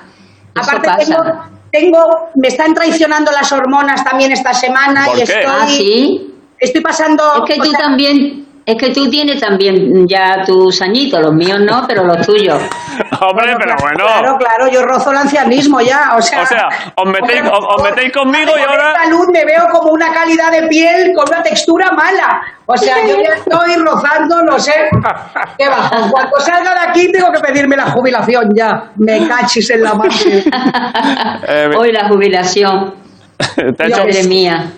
Eso
Aparte
pasa.
tengo, tengo- Me están traicionando las hormonas también esta semana
¿Por
y
qué?
estoy...
Ah, sí.
Estoy pasando...
Es que
o
tú
sea,
también, es que tú tienes también ya tus añitos, los míos no, pero los tuyos.
Hombre, pero bueno.
Claro, claro, yo rozo el ancianismo ya, o sea...
O sea, os metéis- os- os metéis conmigo y
Con
ahora-
esta luz me veo como una calidad de piel con una textura mala. O sea, yo ya estoy rozando, no sé. ¿Qué va? Cuando salga de aquí tengo que pedirme la jubilación ya. Me cachis en la mano.
Eh,
Hoy la jubilación,
Te ha hecho-
madre mía.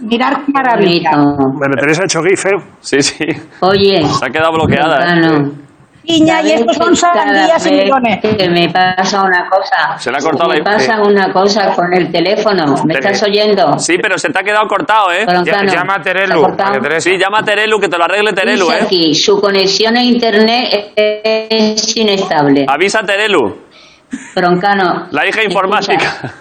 Mirar qué maravilla.
bonito.
Bueno, Teresa ha hecho gif, ¿eh?
Sí, sí. Se
Oye,
ha quedado bloqueada. ¿eh?
Cano,
Niña, y
¿sabes
estos son
que
sandías
cada
y
vez
millones.
Que me pasa una cosa.
Se le ha cortado
me
la-
pasa
eh.
una cosa con el teléfono. ¿Me
Te-
estás oyendo?
Sí, pero se te ha quedado cortado, ¿eh?
Pero-
Ya-
Cano,
llama a
¿se
Terelu.
ha cortado?
a que Teresa.
Sí, llama a Terelu, que te lo arregle Terelu,
Dice
¿eh?
aquí, su conexión a internet es inestable.
Avisa a Terelu,
Broncano.
Ah.
Eh,
la hija informática.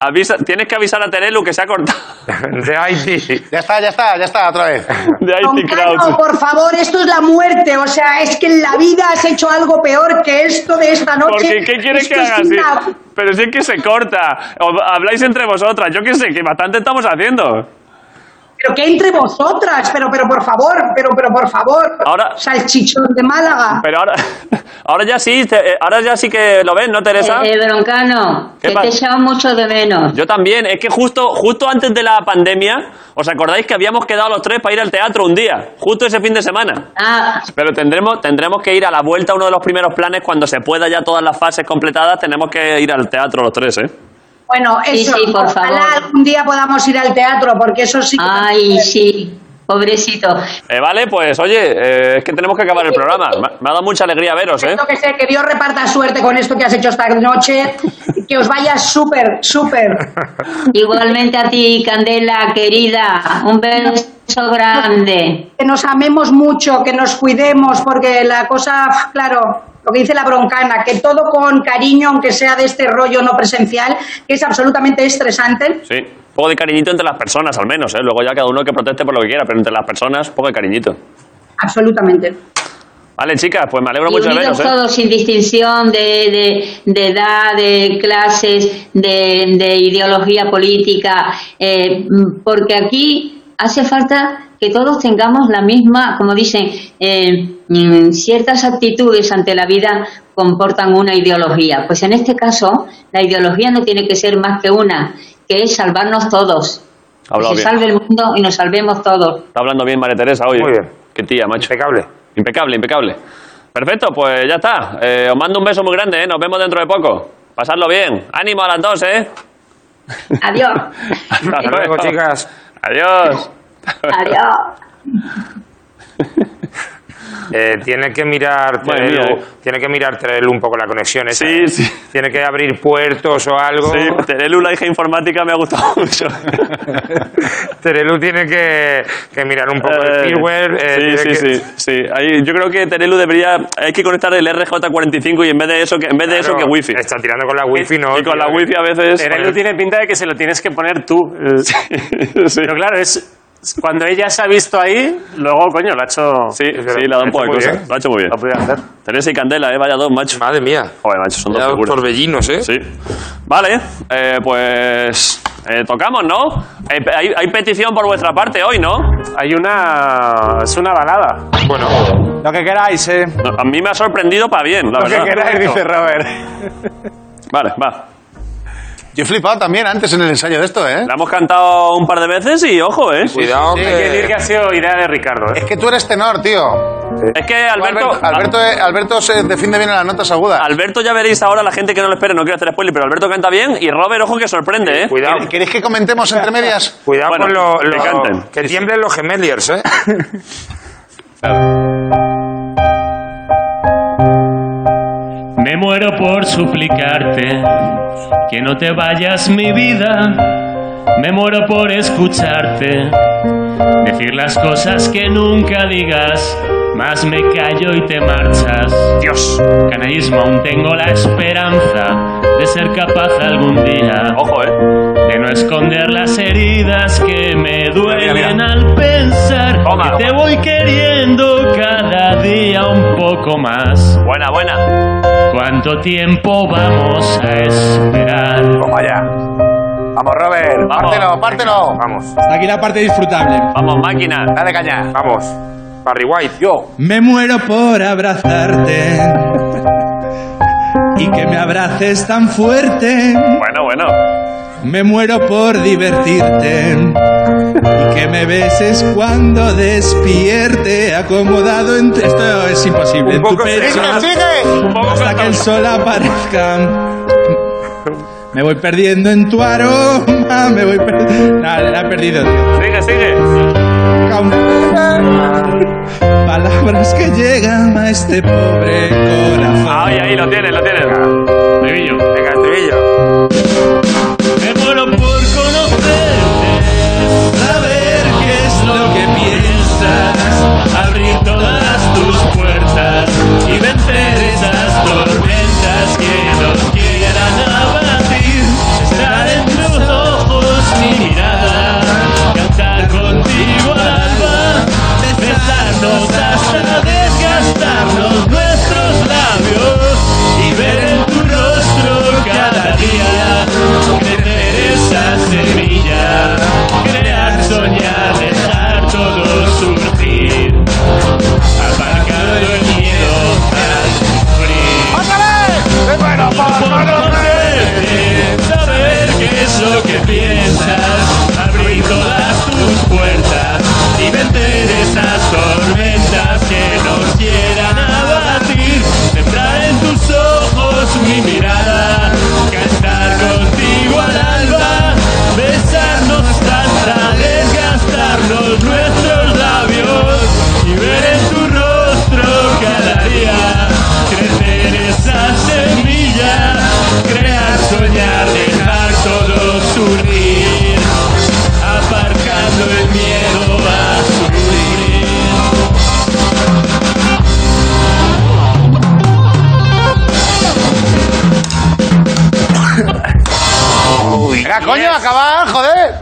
Avisa, tienes que avisar a Terelu que se ha cortado
De Haití.
Ya está, ya está, ya está, otra vez.
de IT
Roncano,
Crowd.
por favor, esto es la muerte. O sea, es que en la vida has hecho algo peor que esto de esta noche.
Porque, ¿qué quieres
Esto
que
es
haga así?
una-
Pero si es que se corta. O habláis entre vosotras. Yo qué sé, que bastante estamos haciendo.
Pero que entre vosotras, pero, pero por favor, pero, pero por favor.
Ahora-
Salchichón de Málaga.
Pero ahora, ahora ya sí, te- eh, ahora ya sí que lo ves, ¿no, Teresa?
Eh, eh, broncano,
¿Qué
que
pasa?
te echaba mucho de menos.
Yo también. Es que justo, justo antes de la pandemia, ¿os acordáis que habíamos quedado los tres para ir al teatro un día? Justo ese fin de semana.
Ah,
Pero tendremos, tendremos que ir a la vuelta, uno de los primeros planes, cuando se pueda ya todas las fases completadas, tenemos que ir al teatro los tres, ¿eh?
Bueno,
Sí,
eso,
sí, por
ojalá
favor. Ah,
algún día podamos ir al teatro, porque eso sí. que-
ay, sí, pobrecito.
Eh, vale, pues oye, eh, es que tenemos que acabar el
eh,
programa. Me me ha dado mucha alegría veros, ¿eh?
Yo que sé, que Dios reparta suerte con esto que has hecho esta noche. Que os vaya súper, súper.
Igualmente a ti, Candela, querida, un beso grande.
Que nos amemos mucho, que nos cuidemos, porque la cosa, claro, lo que dice la broncana, que todo con cariño, aunque sea de este rollo no presencial, que es absolutamente estresante.
Sí. Un poco de cariñito entre las personas, al menos, ¿eh? Luego ya cada uno que proteste por lo que quiera, pero entre las personas, poco de cariñito.
Absolutamente.
Vale, chicas, pues me alegro
Y
mucho de
unidos
veros, ¿eh?
todos sin distinción de, de- de edad, de clases, de, de ideología política, eh, mm, porque aquí hace falta que todos tengamos la misma, como dicen, eh, mm, ciertas actitudes ante la vida comportan una ideología. Pues en este caso, la ideología no tiene que ser más que una, que es salvarnos todos.
Ha hablado
Que se
bien.
salve el mundo y nos salvemos todos.
Está hablando bien María Teresa, oye.
Muy bien.
Qué tía, macho.
Impecable.
Impecable, impecable. Perfecto, pues ya está. Eh, os mando un beso muy grande, ¿eh? Nos vemos dentro de poco. Pasadlo bien. Ánimo a las dos, ¿eh?
Adiós.
Hasta
luego, chicas.
Adiós.
Adiós.
Eh, tiene que mirar
Madre
Terelu,
mía, eh.
tiene que mirar Terelu un poco la conexión esa. ¿eh?
Sí, sí.
Tiene que abrir puertos o algo.
Sí, Terelu, la hija informática, me ha gustado mucho.
Terelu tiene que, que mirar un poco el
Eh,
firmware. eh,
sí,
tiene
sí,
que-
sí, sí. Ahí, yo creo que Terelu debería. Hay que conectar el RJ45 y en vez de eso, que, en vez de eso
Claro,
que wifi.
Está tirando con la wifi, ¿no?
Y con la
Tío,
wifi a veces. pues-
Terelu tiene pinta de que se lo tienes que poner tú.
sí.
Pero claro, es cuando ella se ha visto ahí, luego, coño, lo ha hecho...
Sí, sí, le ha dado un poco de
Muy bien.
cosas. Lo ha hecho muy bien.
Lo podía hacer.
Teresa y Candela, eh, vaya dos, macho.
Madre mía.
Joder, macho, son dos
Ya,
figuras.
Torbellinos, ¿eh?
Sí. Vale, eh, pues. eh, tocamos, ¿no? Eh, pe- hay, hay petición por vuestra parte hoy, ¿no?
Hay una... es una balada.
Bueno,
Lo que queráis, eh.
No, A mí me ha sorprendido para bien, la
Lo que
verdad.
queráis, dice Robert.
Eh,
Vale, va.
Yo he flipado también antes en el ensayo de esto, ¿eh?
La hemos cantado un par de veces y ojo, ¿eh?
cuidado
sí,
que...
hay
Hay que decir que ha sido idea de Ricardo, ¿eh?
Es que tú eres tenor, tío.
Es que Alberto.
Alberto, Alberto, eh, Alberto se defiende bien en las notas agudas.
Alberto, ya veréis ahora la gente que no lo espere, no quiero hacer spoiler, pero Alberto canta bien y Robert, ojo que sorprende, ¿eh?
Cuidado,
¿Quer- ¿Queréis que comentemos entre medias?
cuidado
Bueno,
con lo,
que
lo-
canten.
que tiemblen los gemeliers, ¿eh?
Me muero por suplicarte que no te vayas mi vida. Me muero por escucharte decir las cosas que nunca digas. Más me callo y te marchas.
Dios.
Canallismo, aún tengo la esperanza de ser capaz algún día
Ojo, ¿eh?
de no esconder las heridas que me duelen
Mira, mira.
al pensar
Toma.
que te voy queriendo cada día un poco más.
Buena, buena.
¿Cuánto tiempo vamos a esperar?
Vamos allá. Vamos, Robert.
Vamos.
Pártelo, pártelo.
Vamos,
Hasta aquí la parte disfrutable.
Vamos, máquina.
Dale caña.
vamos. Barry White. Yo.
Me muero por abrazarte y que me abraces tan fuerte.
Bueno, bueno.
Me muero por divertirte y que me beses cuando despierte acomodado entre esto es imposible en tu
poco se-
pecho
¡Sigue,
hasta que el sol aparezca. Me voy perdiendo en tu aroma, me voy perdiendo. la he perdido. tío.
Sigue, sigue.
Palabras que llegan a este pobre corazón.
Ahí, ahí, lo tienes, lo tienes.
Bebillo.
Venga, estribillo.
Me muero por conocerte, saber qué es lo que piensas, abrir todas tus puertas y vencer esas tormentas que nos quieran abatir. Estar en tus ojos mi mirada, cantar contigo al alba, besarnos hasta desgastarnos nuestros labios y ver en tu rostro cada día crecer esa semilla, crear, soñar, dejar todo surgir, aparcando el miedo al sufrir. Conocerte, saber qué es lo que piensas, abrir todas tus puertas y vencer esas tormentas que nos quieran abatir. Sembrar en tus ojos mi mirada, cantar contigo al alba, besarnos hasta desgastarnos nuestros labios y ver en tu rostro cada día crecer esa semilla, crear, soñar, dejar todo surgir, aparcando el miedo a sufrir.
Venga, coño, acaba, joder.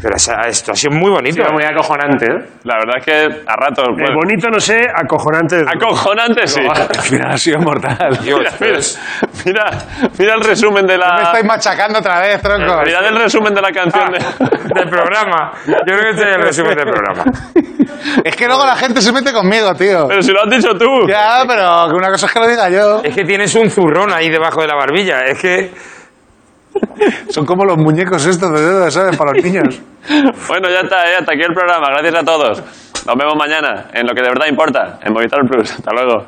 Pero esa- esto ha sido muy bonito.
Ha sido muy acojonante, ¿eh?
La verdad es que a pues, ratos.
Eh,
Bueno,
bonito, no sé, acojonante. desde luego.
acojonante, sí.
Al final ha sido mortal.
Mira,
Dios,
mira, mira, mira el resumen de
Me
la.
estáis machacando otra vez, tronco.
Mirad el resumen de la canción de.
Ah. del programa. Yo creo que este es el resumen del programa.
Es que luego la gente se mete conmigo, tío.
Pero si lo has dicho tú.
Ya, pero que una cosa es que lo diga yo.
Es que tienes un zurrón ahí debajo de la barbilla. Es que
Son como los muñecos estos de dedos, ¿sabes? Para los niños.
Bueno, ya está, eh, hasta aquí el programa. Gracias a todos. Nos vemos mañana en lo que de verdad importa, en Movistar Plus. Hasta luego.